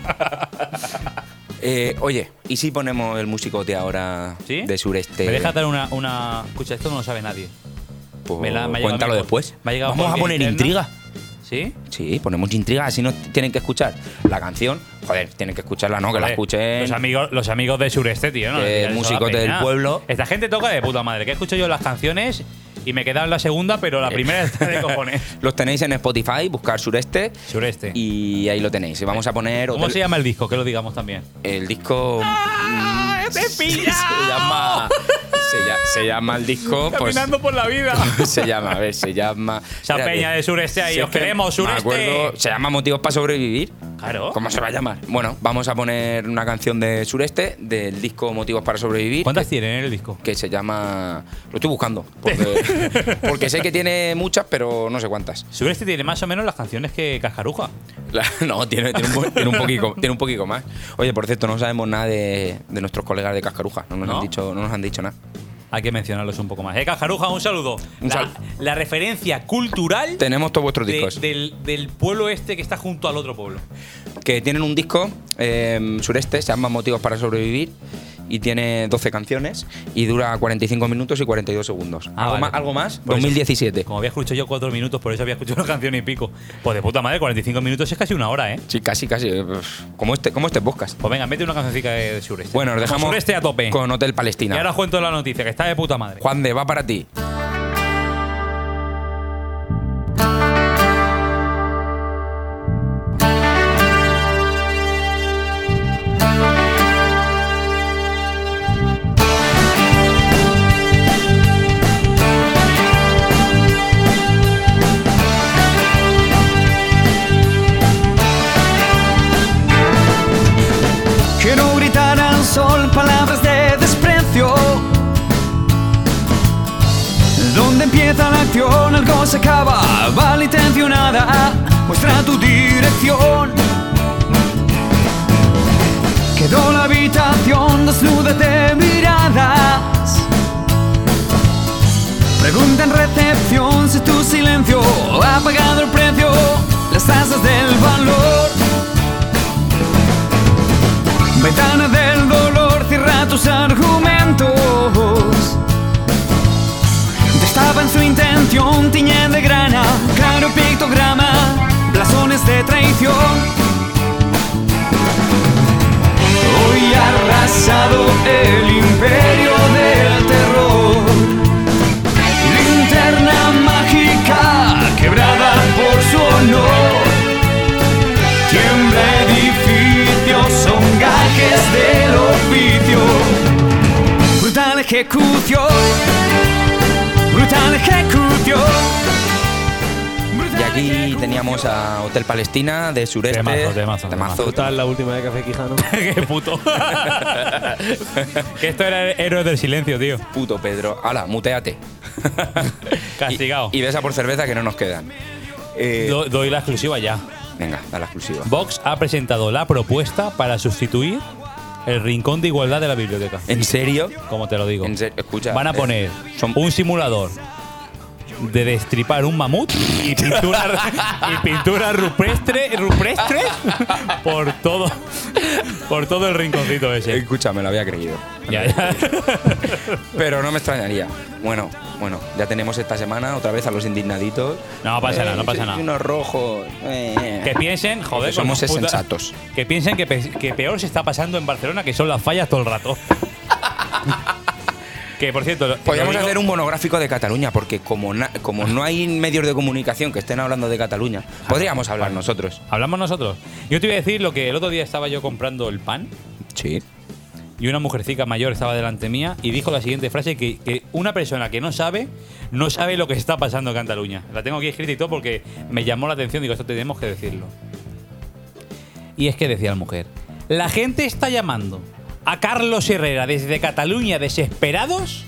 [SPEAKER 1] Eh, oye, ¿y si ponemos el musicote ahora
[SPEAKER 2] ¿Sí?
[SPEAKER 1] de sureste?
[SPEAKER 2] Me deja dar una, una. Escucha, esto no lo sabe nadie.
[SPEAKER 1] Pues,
[SPEAKER 2] me la- me ha llegado
[SPEAKER 1] cuéntalo
[SPEAKER 2] a mí por-
[SPEAKER 1] después.
[SPEAKER 2] me ha llegado
[SPEAKER 1] Vamos
[SPEAKER 2] por
[SPEAKER 1] a
[SPEAKER 2] vía
[SPEAKER 1] poner
[SPEAKER 2] interna.
[SPEAKER 1] intriga.
[SPEAKER 2] ¿Sí?
[SPEAKER 1] Sí, ponemos intriga, así no tienen que escuchar la canción. Joder, tienen que escucharla, ¿no? Que la
[SPEAKER 2] Joder,
[SPEAKER 1] escuchen.
[SPEAKER 2] Los amigos, los amigos de Sureste, tío. ¿no?
[SPEAKER 1] Que
[SPEAKER 2] Le digas eso a la
[SPEAKER 1] musicote del
[SPEAKER 2] peña.
[SPEAKER 1] pueblo.
[SPEAKER 2] Esta gente toca de puta madre. Que escucho yo las canciones y me quedaba en la segunda, pero
[SPEAKER 1] Eh.
[SPEAKER 2] la primera está de cojones.
[SPEAKER 1] Los tenéis en Spotify, buscar sureste
[SPEAKER 2] Sureste.
[SPEAKER 1] y ahí lo tenéis. Y vamos a poner
[SPEAKER 2] ¿Cómo
[SPEAKER 1] hotel-
[SPEAKER 2] se llama el disco? Que lo digamos también.
[SPEAKER 1] el disco.
[SPEAKER 2] ¡Ah, te he
[SPEAKER 1] Se
[SPEAKER 2] pillado!
[SPEAKER 1] llama. Se, lla- se llama el disco. pues,
[SPEAKER 2] Caminando por la vida.
[SPEAKER 1] se llama, a ver, se llama.
[SPEAKER 2] Esa
[SPEAKER 1] espérate.
[SPEAKER 2] peña de sureste ahí,
[SPEAKER 1] Si es
[SPEAKER 2] os
[SPEAKER 1] que
[SPEAKER 2] queremos,
[SPEAKER 1] me
[SPEAKER 2] sureste.
[SPEAKER 1] acuerdo, se llama Motivos para sobrevivir.
[SPEAKER 2] Claro.
[SPEAKER 1] ¿Cómo se va a llamar? Bueno, vamos a poner una canción de sureste del disco Motivos para sobrevivir.
[SPEAKER 2] ¿Cuántas tienen en el disco?
[SPEAKER 1] Que se llama. Lo estoy buscando. Porque, porque sé que tiene muchas, pero no sé cuántas.
[SPEAKER 2] Sureste tiene más o menos las canciones que Cascaruja.
[SPEAKER 1] La- no, tiene, tiene, un, po- tiene un poquito, tiene un poquito más. Oye, por cierto, no sabemos nada de, de nuestros colegas de Cascaruja. No nos,
[SPEAKER 2] ¿No?
[SPEAKER 1] Han dicho, no nos han dicho nada.
[SPEAKER 2] Hay que mencionarlos un poco más. Eh, Cascaruja, un saludo.
[SPEAKER 1] Un
[SPEAKER 2] la,
[SPEAKER 1] sal-
[SPEAKER 2] la referencia cultural
[SPEAKER 1] Tenemos todos vuestros
[SPEAKER 2] de-
[SPEAKER 1] discos.
[SPEAKER 2] del, del pueblo este que está junto al otro pueblo.
[SPEAKER 1] que tienen un disco eh, sureste, se llama Motivos para sobrevivir y tiene 12 canciones y dura 45 minutos y 42 segundos.
[SPEAKER 2] Ah,
[SPEAKER 1] ¿Algo,
[SPEAKER 2] vale.
[SPEAKER 1] más, algo más?
[SPEAKER 2] Por eso-
[SPEAKER 1] 2017.
[SPEAKER 2] Como había escuchado yo cuatro minutos, por eso había escuchado una canción y pico. Pues de puta madre, 45 minutos es casi una hora, ¿eh?
[SPEAKER 1] Sí, casi, casi. eh, pf, Como este, como este podcast.
[SPEAKER 2] Pues venga, mete una cancioncita de, de sureste.
[SPEAKER 1] Bueno, nos
[SPEAKER 2] Con
[SPEAKER 1] dejamos
[SPEAKER 2] Sureste a tope.
[SPEAKER 1] con Hotel
[SPEAKER 2] y
[SPEAKER 1] Palestina.
[SPEAKER 2] ahora os cuento la noticia, que está de puta madre.
[SPEAKER 1] Juan de, va para ti.
[SPEAKER 4] Donde empieza la acción, algo se acaba. Vale intencionada, muestra tu dirección. Quedó la habitación, desnuda de miradas. Pregunta en recepción si tu silencio ha pagado el precio, las tasas del valor. Ventana del dolor, cierra tus argumentos. Destapa en su intención, tiñe de grana, claro pictograma, blasones de traición. Hoy ha arrasado el imperio del terror. Linterna mágica quebrada por su honor. Tiembla edificios, son gajes del oficio. Brutal ejecución. Brutal ejecución.
[SPEAKER 1] Y aquí teníamos a Hotel Palestina de Sureste.
[SPEAKER 2] Temazo, temazo, temazo.
[SPEAKER 3] Total, la última de Café Quijano.
[SPEAKER 2] Qué puto. que esto era héroes del silencio, tío.
[SPEAKER 1] Puto Pedro. Hala, muteate.
[SPEAKER 2] Castigado.
[SPEAKER 1] Y, y besa por cerveza que no nos quedan. Eh,
[SPEAKER 2] Do- doy la exclusiva ya.
[SPEAKER 1] venga, da la exclusiva.
[SPEAKER 2] Vox ha presentado la propuesta para sustituir el rincón de igualdad de la biblioteca.
[SPEAKER 1] ¿En serio?
[SPEAKER 2] Como te lo digo.
[SPEAKER 1] En serio, escucha.
[SPEAKER 2] Van a
[SPEAKER 1] eh,
[SPEAKER 2] poner
[SPEAKER 1] son-
[SPEAKER 2] un simulador de destripar un mamut y pintura, y pintura rupestre, rupestre por todo por todo el rinconcito ese.
[SPEAKER 1] Escucha, me lo había creído.
[SPEAKER 2] Ya, ya.
[SPEAKER 1] Pero no me extrañaría. Bueno, bueno, ya tenemos esta semana otra vez a los indignaditos. Eh,
[SPEAKER 2] No pasa nada, no pasa
[SPEAKER 1] sí,
[SPEAKER 2] nada.
[SPEAKER 1] Unos rojos. eh.
[SPEAKER 2] Que piensen,
[SPEAKER 1] Porque
[SPEAKER 2] joder,
[SPEAKER 1] somos
[SPEAKER 2] con las putas-
[SPEAKER 1] sensatos.
[SPEAKER 2] Que piensen que, pe- que peor se está pasando en Barcelona, que son las fallas todo el rato. que por cierto, lo-
[SPEAKER 1] Podríamos
[SPEAKER 2] lo digo-
[SPEAKER 1] hacer un monográfico de Cataluña, porque como, na- como no hay medios de comunicación que estén hablando de Cataluña,
[SPEAKER 2] Ah,
[SPEAKER 1] podríamos hablar nosotros.
[SPEAKER 2] Hablamos nosotros. Yo te iba a decir lo que el otro día estaba yo comprando el pan
[SPEAKER 1] Sí.
[SPEAKER 2] y una mujercica mayor estaba delante mía y dijo la siguiente frase que, que una persona que no sabe, no sabe lo que está pasando en Cataluña. La tengo aquí escrita y todo porque me llamó la atención, digo, esto tenemos que decirlo. Y es que decía la mujer, la gente está llamando a Carlos Herrera desde Cataluña desesperados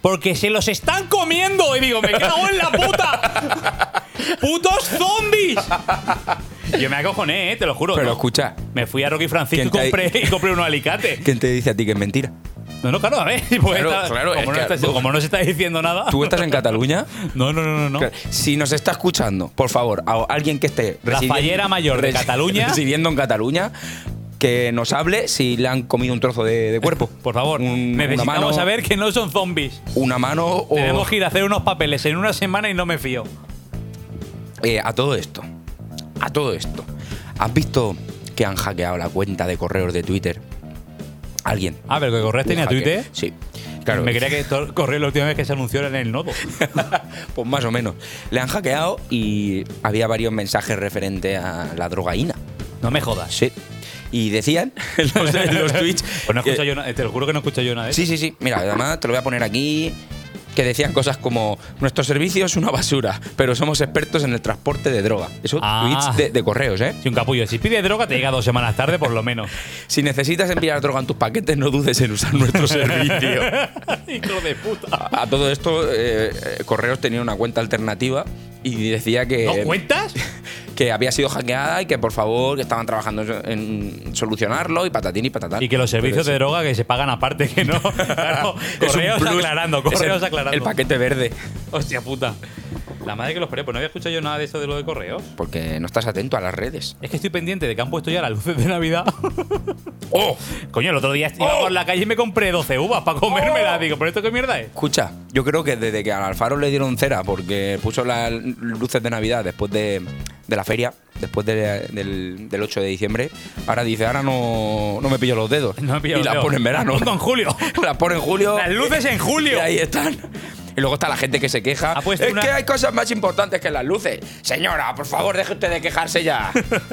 [SPEAKER 2] porque se los están comiendo. Y digo, me cago en la puta. ¡Putos zombies! Yo me acojoné, eh, te lo juro.
[SPEAKER 1] Pero
[SPEAKER 2] ¿no?
[SPEAKER 1] escucha,
[SPEAKER 2] Me fui a Rocky Francisco y
[SPEAKER 1] ¿Quién te ha-
[SPEAKER 2] compré, y compré unos alicates.
[SPEAKER 1] ¿quién te dice a ti que es mentira?
[SPEAKER 2] No, no, claro, a ver. pues
[SPEAKER 1] Claro,
[SPEAKER 2] está-
[SPEAKER 1] claro, es
[SPEAKER 2] como, no
[SPEAKER 1] que-
[SPEAKER 2] está- como no se está diciendo nada.
[SPEAKER 1] ¿Tú estás en Cataluña?
[SPEAKER 2] No, no, no, no. no.
[SPEAKER 1] Claro, Si nos está escuchando, por favor, a alguien que esté
[SPEAKER 2] La
[SPEAKER 1] residiendo-
[SPEAKER 2] fallera mayor de
[SPEAKER 1] resi-
[SPEAKER 2] Cataluña.
[SPEAKER 1] residiendo en Cataluña, que nos hable si le han comido un trozo de, de cuerpo.
[SPEAKER 2] Por favor,
[SPEAKER 1] Un-
[SPEAKER 2] necesitamos
[SPEAKER 1] una mano, Oh.
[SPEAKER 2] saber que no son zombies.
[SPEAKER 1] Una mano o.
[SPEAKER 2] Tenemos que ir a hacer unos papeles en una semana y no me fío.
[SPEAKER 1] Eh, a todo esto. A todo esto. ¿Has visto que han hackeado la cuenta de correos de Twitter? ¿Alguien?
[SPEAKER 2] Ah, pero que Correas tenía
[SPEAKER 1] Un hacker.
[SPEAKER 2] Twitter.
[SPEAKER 1] Sí. Claro.
[SPEAKER 2] Me creía que to- Correas la última vez que se anunció era en el nodo.
[SPEAKER 1] pues más o menos. Le han hackeado y había varios mensajes referente a la drogaína.
[SPEAKER 2] No me jodas.
[SPEAKER 1] Sí. Y decían en los, en los tweets.
[SPEAKER 2] Pues no
[SPEAKER 1] que-
[SPEAKER 2] escucho yo na- Te lo juro que no escucho yo nada. ¿eh?
[SPEAKER 1] Sí, sí, sí. Mira, además te lo voy a poner aquí. Que decían cosas como: Nuestro servicio es una basura, pero somos expertos en el transporte de droga. Eso,
[SPEAKER 2] Ah.
[SPEAKER 1] tweets de, de correos, ¿eh?
[SPEAKER 2] Si un capullo, si pide droga, te llega dos semanas tarde por lo menos.
[SPEAKER 1] Si necesitas enviar droga en tus paquetes, no dudes en usar nuestro servicio.
[SPEAKER 2] Hijo de puta.
[SPEAKER 1] A todo esto, eh, eh, Correos tenía una cuenta alternativa y decía que.
[SPEAKER 2] ¿No cuentas?
[SPEAKER 1] que había sido hackeada y que por favor que estaban trabajando en solucionarlo y patatín y patatán.
[SPEAKER 2] Y que los servicios
[SPEAKER 1] Pero
[SPEAKER 2] de droga que se pagan aparte, que no. Claro,
[SPEAKER 1] es- es un
[SPEAKER 2] correos
[SPEAKER 1] plus.
[SPEAKER 2] aclarando,
[SPEAKER 1] Es el-
[SPEAKER 2] correos aclarando.
[SPEAKER 1] El paquete verde.
[SPEAKER 2] Hostia puta. La madre que los parió, pues no había escuchado yo nada de eso de lo de correos.
[SPEAKER 1] Porque no estás atento a las redes.
[SPEAKER 2] Es que estoy pendiente de que han puesto ya las luces de Navidad.
[SPEAKER 1] ¡Oh!
[SPEAKER 2] Coño, el otro día iba por la calle y me compré 12 uvas para
[SPEAKER 1] Oh.
[SPEAKER 2] comérmelas. Digo, ¿pero esto qué mierda es?
[SPEAKER 1] Escucha, yo creo que desde que al Alfaro le dieron cera porque puso las luces de Navidad después de, de la feria, después de- del, del 8 de diciembre, ahora dice, ahora no, no me pillo los dedos.
[SPEAKER 2] No me pillo
[SPEAKER 1] y
[SPEAKER 2] los
[SPEAKER 1] las
[SPEAKER 2] dedos.
[SPEAKER 1] pone en verano.
[SPEAKER 2] Las pongo en julio.
[SPEAKER 1] las pone en julio.
[SPEAKER 2] Las luces en julio.
[SPEAKER 1] Y ahí están. Y luego está la gente que se queja.
[SPEAKER 2] Ha
[SPEAKER 1] es
[SPEAKER 2] puesto una-
[SPEAKER 1] que hay cosas más importantes que las luces. Señora, por favor, deje usted de quejarse ya.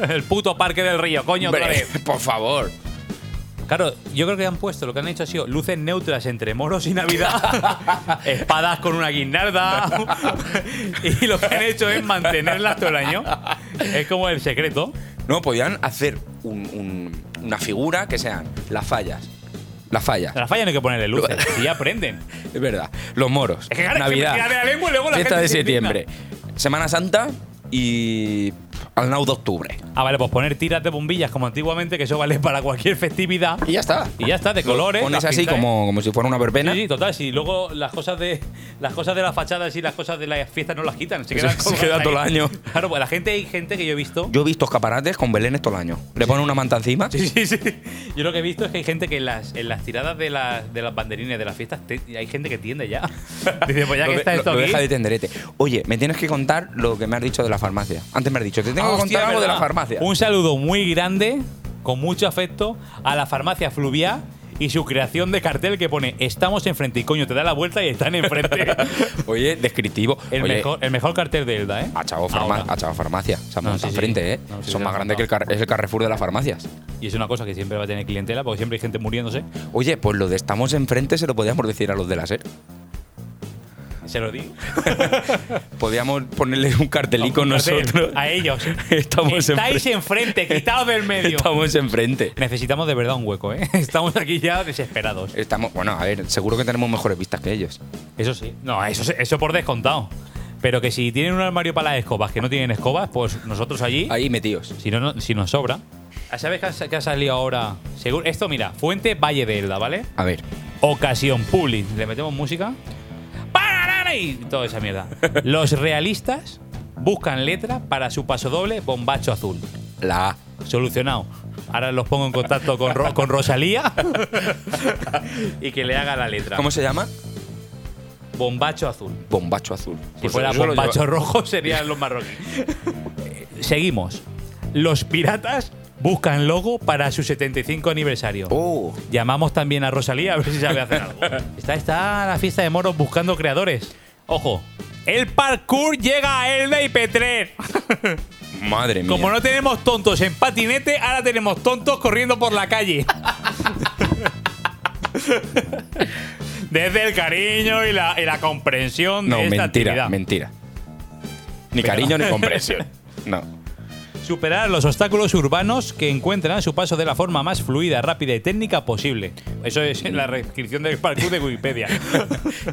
[SPEAKER 2] el puto parque del río, coño, otra
[SPEAKER 1] Hombre,
[SPEAKER 2] vez.
[SPEAKER 1] por favor.
[SPEAKER 2] Claro, yo creo que han puesto, lo que han hecho ha sido luces neutras entre moros y Navidad, espadas con una guinarda, y lo que han hecho es mantenerlas todo el año. Es como el secreto.
[SPEAKER 1] No, podían hacer un- un- una figura que sean las fallas, Las fallas.
[SPEAKER 2] A la falla no hay que ponerle luces. y ya aprenden.
[SPEAKER 1] Es verdad. Los moros.
[SPEAKER 2] Es que, claro, es que
[SPEAKER 1] Navidad.
[SPEAKER 2] me tira de la lengua y luego la
[SPEAKER 1] fiesta
[SPEAKER 2] gente
[SPEAKER 1] de
[SPEAKER 2] se indigna.
[SPEAKER 1] septiembre. Semana Santa y. Al Nau de octubre.
[SPEAKER 2] Ah, vale, pues poner tiras de bombillas como antiguamente, que eso vale para cualquier festividad.
[SPEAKER 1] Y ya está.
[SPEAKER 2] Y ya está, de
[SPEAKER 1] Lo
[SPEAKER 2] colores.
[SPEAKER 1] Pones
[SPEAKER 2] las
[SPEAKER 1] así
[SPEAKER 2] pintas,
[SPEAKER 1] como, como si fuera una verbena.
[SPEAKER 2] Sí, sí, total. Si luego las cosas de las cosas de las fachadas y las cosas de las fiestas no las quitan, se quedan,
[SPEAKER 1] Se
[SPEAKER 2] colgadas
[SPEAKER 1] queda todo el
[SPEAKER 2] ahí.
[SPEAKER 1] año.
[SPEAKER 2] Claro, pues la gente hay gente que yo he visto.
[SPEAKER 1] Yo he visto escaparates con belenes todo el año. Le ponen una manta encima.
[SPEAKER 2] Sí, sí, sí. Yo lo que he visto es que hay gente que en las, en las tiradas de, las de las banderines de las fiestas te- hay gente que tiende ya. Dice, pues ya
[SPEAKER 1] Lo de-
[SPEAKER 2] que está
[SPEAKER 1] lo-
[SPEAKER 2] esto
[SPEAKER 1] lo
[SPEAKER 2] aquí.
[SPEAKER 1] deja de tenderete. Oye, me tienes que contar lo que me has dicho de la farmacia. Antes me has dicho, te tengo
[SPEAKER 2] Ah,
[SPEAKER 1] que
[SPEAKER 2] hostia,
[SPEAKER 1] contar algo de
[SPEAKER 2] verdad.
[SPEAKER 1] la farmacia.
[SPEAKER 2] Un saludo muy grande, con mucho afecto, a la farmacia Fluviá y su creación de cartel que pone Estamos enfrente y coño, te da la vuelta y están enfrente.
[SPEAKER 1] Oye, descriptivo.
[SPEAKER 2] el,
[SPEAKER 1] Oye, Ah,
[SPEAKER 2] mejor, el mejor cartel de Elda, ¿eh?
[SPEAKER 1] Ha echado,
[SPEAKER 2] Ahora.
[SPEAKER 1] farma- ha echado farmacia. Se han
[SPEAKER 2] No,
[SPEAKER 1] montado
[SPEAKER 2] sí, sí.
[SPEAKER 1] enfrente, ¿eh?
[SPEAKER 2] No, sí, se
[SPEAKER 1] Son
[SPEAKER 2] han
[SPEAKER 1] más grandes que el, car- es el Carrefour de las farmacias.
[SPEAKER 2] Y es una cosa que siempre va a tener clientela, porque siempre hay gente muriéndose.
[SPEAKER 1] Oye, pues lo de estamos enfrente se lo podíamos decir a los de la SER.
[SPEAKER 2] Se lo digo.
[SPEAKER 1] Podíamos ponerle un cartelí con
[SPEAKER 2] Un cartel
[SPEAKER 1] nosotros.
[SPEAKER 2] A ellos.
[SPEAKER 1] Estamos
[SPEAKER 2] Estáis enfrente, quitados del medio.
[SPEAKER 1] Estamos enfrente.
[SPEAKER 2] Necesitamos de verdad un hueco, ¿eh? Estamos aquí ya desesperados.
[SPEAKER 1] Estamos, bueno, a ver, seguro que tenemos mejores vistas que ellos.
[SPEAKER 2] Eso sí. No, eso, se- eso por descontado. Pero que si tienen un armario para las escobas que no tienen escobas, pues nosotros allí,
[SPEAKER 1] Ahí metidos.
[SPEAKER 2] Si, no, no- si nos sobra. Ah, ¿Sabes qué ha, qué ha salido ahora? Seguro, esto, mira, Fuente Valle de Elda, ¿vale?
[SPEAKER 1] A ver,
[SPEAKER 2] Ocasión Public. Le metemos música. ¡Pararara! Y toda esa mierda. Los realistas buscan letra para su pasodoble Bombacho Azul.
[SPEAKER 1] la A.
[SPEAKER 2] Solucionado. Ahora los pongo en contacto con, Ro- con Rosalía y que le haga la letra.
[SPEAKER 1] ¿Cómo se llama?
[SPEAKER 2] Bombacho Azul.
[SPEAKER 1] Bombacho azul.
[SPEAKER 2] Si
[SPEAKER 1] Pues
[SPEAKER 2] fuera
[SPEAKER 1] eso lo lleva-
[SPEAKER 2] bombacho rojo, serían los marroquíes. Eh, Seguimos. Los piratas buscan logo para su 75 aniversario.
[SPEAKER 1] Oh,
[SPEAKER 2] Llamamos también a Rosalía a ver si sabe hacer algo. Está, está la fiesta de moros buscando creadores. Ojo. El parkour llega a Elda y Petrer.
[SPEAKER 1] madre mía.
[SPEAKER 2] Como no tenemos tontos en patinete, ahora tenemos tontos corriendo por la calle. Desde el cariño y la, y la comprensión
[SPEAKER 1] No,
[SPEAKER 2] de esta
[SPEAKER 1] mentira,
[SPEAKER 2] actividad.
[SPEAKER 1] mentira. Ni
[SPEAKER 2] Pero-
[SPEAKER 1] cariño ni comprensión. No.
[SPEAKER 2] Superar los obstáculos urbanos que encuentran a su paso de la forma más fluida, rápida y técnica posible. Eso es en la descripción del parkour de Wikipedia.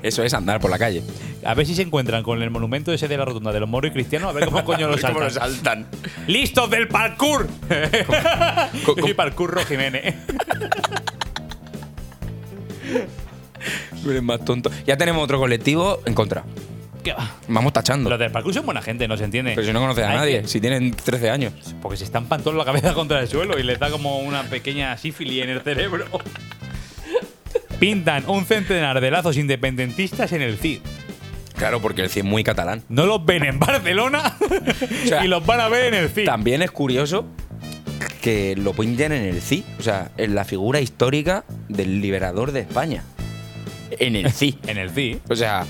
[SPEAKER 1] Eso es andar por la calle.
[SPEAKER 2] A ver si se encuentran con el monumento ese de la rotonda de los moros y cristianos, a ver cómo coño los
[SPEAKER 1] ¿Cómo
[SPEAKER 2] saltan.
[SPEAKER 1] lo saltan?
[SPEAKER 2] ¡Listos del parkour!
[SPEAKER 1] Co- co-
[SPEAKER 2] Y parkour Ro Jiménez.
[SPEAKER 1] Eres más tonto. Ya tenemos otro colectivo en contra.
[SPEAKER 2] ¿Qué va?
[SPEAKER 1] Vamos tachando.
[SPEAKER 2] Los del parkour son buena gente, no se entiende.
[SPEAKER 1] Pero si no conoces a
[SPEAKER 2] Hay
[SPEAKER 1] nadie,
[SPEAKER 2] que-
[SPEAKER 1] si tienen 13 años.
[SPEAKER 2] Porque se estampan toda la cabeza contra el suelo y les da como una pequeña sífilis en el cerebro. Pintan un centenar de lazos independentistas en el CID.
[SPEAKER 1] Claro, porque el 100 es muy catalán.
[SPEAKER 2] No los ven en Barcelona
[SPEAKER 1] sea,
[SPEAKER 2] y los van a ver en el CID.
[SPEAKER 1] También es curioso que lo pinten en el CI, o sea, en la figura histórica del liberador de España. En el CI.
[SPEAKER 2] En el CID.
[SPEAKER 1] O sea,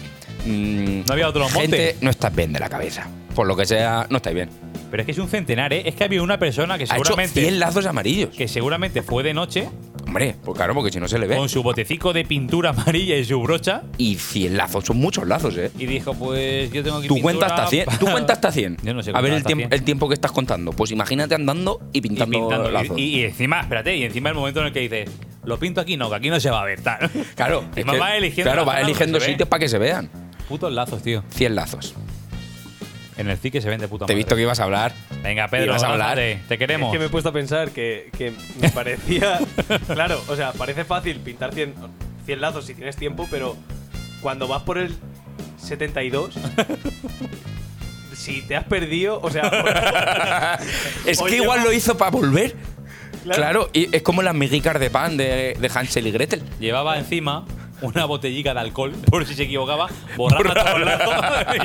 [SPEAKER 1] mm,
[SPEAKER 2] No había otro monte.
[SPEAKER 1] gente no estás bien de la cabeza. Por lo que sea, no estáis bien.
[SPEAKER 2] Pero es que es un centenar, ¿eh? Es que había una persona que
[SPEAKER 1] Ha hecho
[SPEAKER 2] seguramente,
[SPEAKER 1] 100 lazos amarillos.
[SPEAKER 2] que seguramente fue de noche
[SPEAKER 1] Hombre, pues claro, porque si no se le ve.
[SPEAKER 2] con su botecico de pintura amarilla y su brocha
[SPEAKER 1] Y 100 lazos, son muchos lazos, ¿eh?
[SPEAKER 2] y dijo, pues yo tengo que
[SPEAKER 1] Tú cuentas hasta 100. Tú cuentas hasta 100.
[SPEAKER 2] Yo no sé
[SPEAKER 1] A ver
[SPEAKER 2] contar
[SPEAKER 1] el,
[SPEAKER 2] hasta
[SPEAKER 1] tiemp-
[SPEAKER 2] 100.
[SPEAKER 1] el tiempo que estás contando. Pues imagínate andando y
[SPEAKER 2] y
[SPEAKER 1] pintando,
[SPEAKER 2] pintando. Y-
[SPEAKER 1] lazos.
[SPEAKER 2] Y, y encima, espérate, y encima el momento en el que dices, lo pinto aquí, no, que aquí no se va a ver tal.
[SPEAKER 1] claro,
[SPEAKER 2] Y
[SPEAKER 1] es
[SPEAKER 2] más
[SPEAKER 1] que-
[SPEAKER 2] va eligiendo
[SPEAKER 1] claro,
[SPEAKER 2] la
[SPEAKER 1] va
[SPEAKER 2] zona donde
[SPEAKER 1] eligiendo
[SPEAKER 2] se ve.
[SPEAKER 1] sitios para que se vean.
[SPEAKER 2] Putos lazos, tío.
[SPEAKER 1] 100 lazos.
[SPEAKER 2] En el CID que se vende puta
[SPEAKER 1] Te he
[SPEAKER 2] madre.
[SPEAKER 1] visto que ibas a hablar.
[SPEAKER 2] Venga, Pedro,
[SPEAKER 1] ibas a hablar.
[SPEAKER 2] lánzate, te queremos.
[SPEAKER 3] Es que me he puesto a pensar que, que me parecía. claro, o sea, parece fácil pintar 100, 100 lazos si tienes tiempo, pero cuando vas por el 72. Si te has perdido, o sea,
[SPEAKER 1] Es que
[SPEAKER 3] Oye,
[SPEAKER 1] igual
[SPEAKER 3] va.
[SPEAKER 1] lo hizo para volver.
[SPEAKER 3] Claro.
[SPEAKER 1] Claro, y es como las migicas de pan de, de Hansel y Gretel.
[SPEAKER 2] Llevaba encima una botellica de alcohol, por si se equivocaba, borraba todos los lazos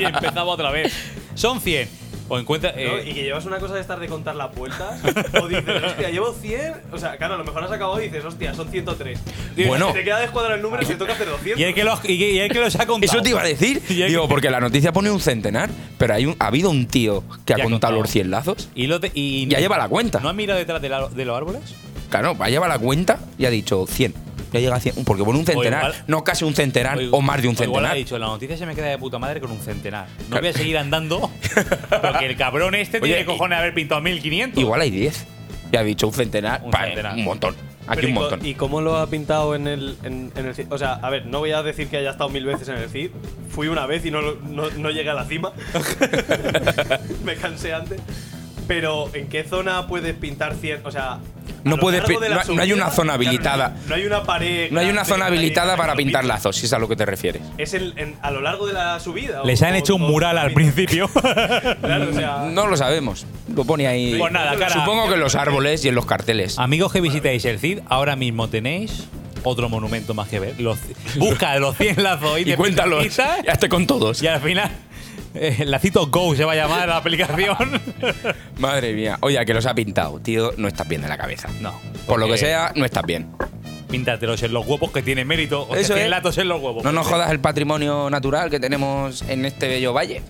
[SPEAKER 2] y empezaba otra vez. Son 100. O encuentra.
[SPEAKER 3] ¿no?
[SPEAKER 2] eh,
[SPEAKER 3] y que llevas una cosa de estar de contar las vueltas, o dices, hostia, llevo 100, o sea, claro, a lo mejor has acabado y dices, hostia, son 103. Y
[SPEAKER 1] Bueno.
[SPEAKER 3] Te queda descuadrado el número y te toca hacer 200.
[SPEAKER 2] y el que los, y, y el que los ha contado.
[SPEAKER 1] Eso te iba a decir.
[SPEAKER 2] Y el-
[SPEAKER 1] Digo, porque la noticia pone un centenar, pero hay un- ha habido un tío que
[SPEAKER 2] Que
[SPEAKER 1] ha
[SPEAKER 2] ha
[SPEAKER 1] contado
[SPEAKER 2] contado.
[SPEAKER 1] los 100 lazos.
[SPEAKER 2] Y lo te- y-
[SPEAKER 1] Ya lleva la cuenta.
[SPEAKER 2] ¿No ha mirado detrás de, la- de los árboles?
[SPEAKER 1] Claro, ha llevado la cuenta y ha dicho 100. Ya llega a 100. Porque pone un centenar,
[SPEAKER 2] igual-
[SPEAKER 1] no casi un centenar Ah, o,
[SPEAKER 2] igual-
[SPEAKER 1] más de un
[SPEAKER 2] o Igual ha
[SPEAKER 1] centenar.
[SPEAKER 2] dicho, la noticia se me queda de puta madre con un centenar. No voy a seguir andando porque el cabrón este
[SPEAKER 1] Oye,
[SPEAKER 2] tiene cojones de haber pintado 1500.
[SPEAKER 1] Igual hay 10. Y ha dicho un centenar.
[SPEAKER 2] Un
[SPEAKER 1] pa,
[SPEAKER 2] centenar.
[SPEAKER 1] un montón. Aquí
[SPEAKER 3] Pero
[SPEAKER 1] un
[SPEAKER 3] y co-
[SPEAKER 1] montón.
[SPEAKER 3] ¿Y cómo lo ha pintado en el, en, en el CID? O sea, a ver, no voy a decir que haya estado mil veces en el CID. Fui una vez y no, lo- no, no llegué a la cima. Me cansé antes. Pero, ¿en qué zona puedes pintar 100? O sea. a
[SPEAKER 1] No
[SPEAKER 3] lo
[SPEAKER 1] puedes
[SPEAKER 3] largo
[SPEAKER 1] pi-
[SPEAKER 3] de
[SPEAKER 1] no-
[SPEAKER 3] la
[SPEAKER 1] no hay
[SPEAKER 3] subida,
[SPEAKER 1] una zona
[SPEAKER 3] claro, no-
[SPEAKER 1] habilitada.
[SPEAKER 3] No hay una pared.
[SPEAKER 1] No hay una
[SPEAKER 3] grande,
[SPEAKER 1] zona
[SPEAKER 3] nadie-
[SPEAKER 1] habilitada
[SPEAKER 3] nadie
[SPEAKER 1] para
[SPEAKER 3] lo
[SPEAKER 1] pintar
[SPEAKER 3] pinta.
[SPEAKER 1] lazos, si es a lo que te refieres.
[SPEAKER 3] Es en- en- a lo largo de la subida. o-
[SPEAKER 2] Les han
[SPEAKER 3] o-
[SPEAKER 2] hecho un
[SPEAKER 3] o-
[SPEAKER 2] mural al principio.
[SPEAKER 3] Claro, o sea.
[SPEAKER 1] No lo sabemos. Lo pone ahí.
[SPEAKER 2] Pues nada, cara.
[SPEAKER 1] Supongo que en los árboles y en los carteles.
[SPEAKER 2] Amigos que visitáis el CID, ahora mismo tenéis otro monumento más que ver. Los- busca los 100 lazos y,
[SPEAKER 1] Y
[SPEAKER 2] te
[SPEAKER 1] cuéntalo.
[SPEAKER 2] pisas,
[SPEAKER 1] Ya estoy con todos.
[SPEAKER 2] Y al final, eh, lacito Go se va a llamar la aplicación.
[SPEAKER 1] Madre mía. Oye, que los ha pintado, tío. No estás bien de la cabeza.
[SPEAKER 2] No,
[SPEAKER 1] Por lo que
[SPEAKER 2] porque-
[SPEAKER 1] sea, no estás bien.
[SPEAKER 2] Píntatelos en los huevos que tiene mérito. O
[SPEAKER 1] Eso
[SPEAKER 2] que tiene
[SPEAKER 1] es.
[SPEAKER 2] latos en los huevos.
[SPEAKER 1] No nos jodas el patrimonio natural que tenemos en este bello valle.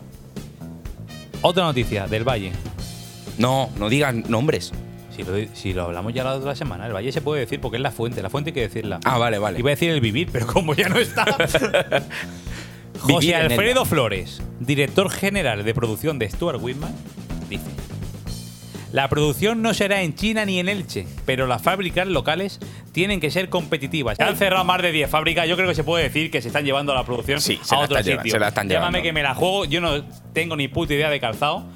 [SPEAKER 2] Otra noticia del Valle.
[SPEAKER 1] No, no digas nombres.
[SPEAKER 2] Si lo, si lo hablamos ya la otra semana, el Valle se puede decir porque es la fuente. La fuente hay que decirla.
[SPEAKER 1] Ah, vale, vale.
[SPEAKER 2] Iba a decir el vivir, pero como ya no está.
[SPEAKER 1] Vivir
[SPEAKER 2] José
[SPEAKER 1] en Elda.
[SPEAKER 2] Alfredo Flores, director general de producción de Stuart Whitman, dice: La producción no será en China ni en Elche, pero las fábricas locales tienen que ser competitivas. Se han cerrado más de 10 fábricas, yo creo que se puede decir que se están llevando la producción
[SPEAKER 1] Sí, se
[SPEAKER 2] a
[SPEAKER 1] la
[SPEAKER 2] otro
[SPEAKER 1] están llevando,
[SPEAKER 2] sitio.
[SPEAKER 1] se la están
[SPEAKER 2] Llámame
[SPEAKER 1] llevando.
[SPEAKER 2] que me la juego, yo no tengo ni puta idea de calzado.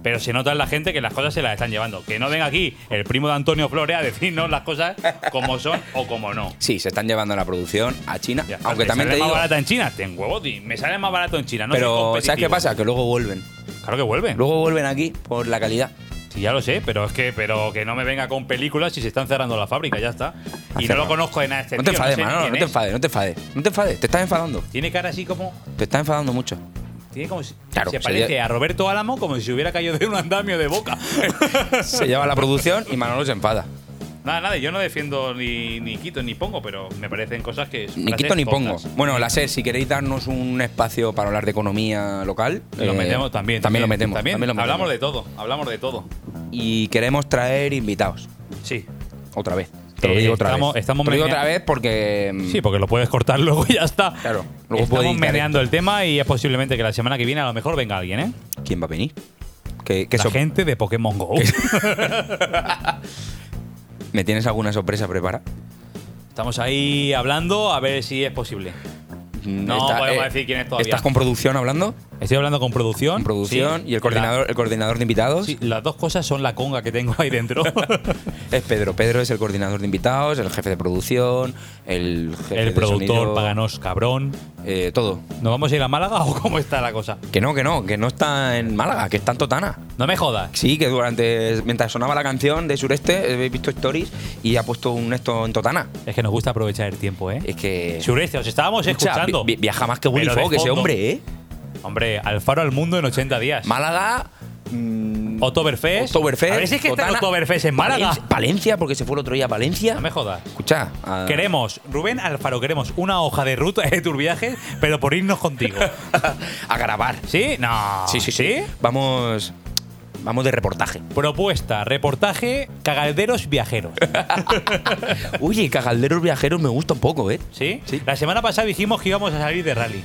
[SPEAKER 2] Pero se nota en la gente que las cosas se las están llevando. Que no venga aquí el primo de Antonio Flores a decirnos las cosas como son o como no.
[SPEAKER 1] Sí, se están llevando la producción a China.
[SPEAKER 2] Ya está,
[SPEAKER 1] aunque
[SPEAKER 2] me
[SPEAKER 1] también
[SPEAKER 2] sale
[SPEAKER 1] te
[SPEAKER 2] más
[SPEAKER 1] digo.
[SPEAKER 2] barata en China, ten huevo, tío. Me sale más barato en China, no soy
[SPEAKER 1] pero, ¿sabes
[SPEAKER 2] competitivo.
[SPEAKER 1] qué pasa? Que luego vuelven.
[SPEAKER 2] Claro que vuelve.
[SPEAKER 1] Luego vuelven aquí por la calidad.
[SPEAKER 2] Sí, ya lo sé, pero es que pero que no me venga con películas si se están cerrando la fábrica, ya está. Y no
[SPEAKER 1] cerrado.
[SPEAKER 2] lo conozco de nada este
[SPEAKER 1] no te
[SPEAKER 2] tío,
[SPEAKER 1] enfades,
[SPEAKER 2] sé ni
[SPEAKER 1] Manolo,
[SPEAKER 2] quién
[SPEAKER 1] no te
[SPEAKER 2] es.
[SPEAKER 1] enfades, no te enfades. No te enfades, te estás enfadando.
[SPEAKER 2] Tiene cara así como
[SPEAKER 1] Te estás enfadando mucho.
[SPEAKER 2] tiene como si-
[SPEAKER 1] Claro,
[SPEAKER 2] se
[SPEAKER 1] sería-
[SPEAKER 2] parece a Roberto Álamo como si se hubiera caído de un andamio de boca.
[SPEAKER 1] Se lleva la producción y Manolo se enfada.
[SPEAKER 2] nada, nada, yo no defiendo ni, ni quito ni pongo, pero me parecen cosas que
[SPEAKER 1] Ni quito ni pongo. Bueno, la SER, si queréis darnos un espacio para hablar de economía local. eh,
[SPEAKER 2] lo metemos también.
[SPEAKER 1] También, lo metemos.
[SPEAKER 2] También,
[SPEAKER 1] también lo metemos.
[SPEAKER 2] hablamos de todo, hablamos de todo.
[SPEAKER 1] Y queremos traer invitados.
[SPEAKER 2] Sí.
[SPEAKER 1] Otra vez. Te lo
[SPEAKER 2] Eh,
[SPEAKER 1] digo otra
[SPEAKER 2] estamos-
[SPEAKER 1] vez.
[SPEAKER 2] estamos
[SPEAKER 1] Te lo digo
[SPEAKER 2] menea-
[SPEAKER 1] otra vez porque. mm,
[SPEAKER 2] Sí, porque lo puedes cortar luego y ya está.
[SPEAKER 1] Claro, luego puedes
[SPEAKER 2] Estamos
[SPEAKER 1] editar
[SPEAKER 2] meneando el tema y es posiblemente que la semana que viene a lo mejor venga alguien, ¿eh?
[SPEAKER 1] ¿Quién va a venir? Que, que
[SPEAKER 2] la
[SPEAKER 1] so-
[SPEAKER 2] gente de Pokémon Go.
[SPEAKER 1] ¿Me tienes alguna sorpresa preparada?
[SPEAKER 2] Estamos ahí hablando a ver si es posible.
[SPEAKER 1] Mm,
[SPEAKER 2] No podemos decir quién es todavía.
[SPEAKER 1] ¿Estás con producción hablando?
[SPEAKER 2] Estoy hablando con producción.
[SPEAKER 1] Con producción
[SPEAKER 2] Sí.
[SPEAKER 1] y el coordinador, el coordinador de invitados
[SPEAKER 2] La- sí, las dos cosas son la conga que tengo ahí dentro.
[SPEAKER 1] es Pedro. Pedro es el coordinador de invitados, el jefe de producción, el jefe
[SPEAKER 2] el
[SPEAKER 1] de
[SPEAKER 2] productor,
[SPEAKER 1] sonido,
[SPEAKER 2] paganos, cabrón.
[SPEAKER 1] eh, todo.
[SPEAKER 2] ¿Nos vamos a ir a Málaga o cómo está la cosa?
[SPEAKER 1] Que no, que no, que no está en Málaga, que está en Totana.
[SPEAKER 2] No me jodas.
[SPEAKER 1] Sí, que durante mientras sonaba la canción de Sureste he visto stories y ha puesto un esto en Totana.
[SPEAKER 2] Es que nos gusta aprovechar el tiempo, ¿eh?
[SPEAKER 1] Es que
[SPEAKER 2] Sureste, os estábamos
[SPEAKER 1] Escucha,
[SPEAKER 2] escuchando.
[SPEAKER 1] vi- vi- viaja más que Willy
[SPEAKER 2] Pero de
[SPEAKER 1] Fogg ese
[SPEAKER 2] fondo.
[SPEAKER 1] hombre, ¿eh?
[SPEAKER 2] Hombre, al faro al mundo en 80 días.
[SPEAKER 1] Málaga. mm,
[SPEAKER 2] Oktoberfest.
[SPEAKER 1] Oktoberfest,
[SPEAKER 2] A ver si es que está en
[SPEAKER 1] Totana,
[SPEAKER 2] Oktoberfest en Málaga.
[SPEAKER 1] Valencia, Palencia, porque se fue el otro día a Palencia.
[SPEAKER 2] No me jodas.
[SPEAKER 1] Escucha. a-
[SPEAKER 2] Queremos, Rubén Alfaro, queremos una hoja de ruta de tus viajes, pero por irnos contigo.
[SPEAKER 1] a grabar.
[SPEAKER 2] ¿Sí? No.
[SPEAKER 1] Sí, sí,
[SPEAKER 2] ¿Ah,
[SPEAKER 1] sí. Vamos. Vamos de reportaje.
[SPEAKER 2] Propuesta, reportaje, cagalderos viajeros.
[SPEAKER 1] Oye, cagalderos viajeros me gusta un poco, ¿eh?
[SPEAKER 2] ¿Sí?
[SPEAKER 1] Sí.
[SPEAKER 2] La semana pasada dijimos que íbamos a salir de rally.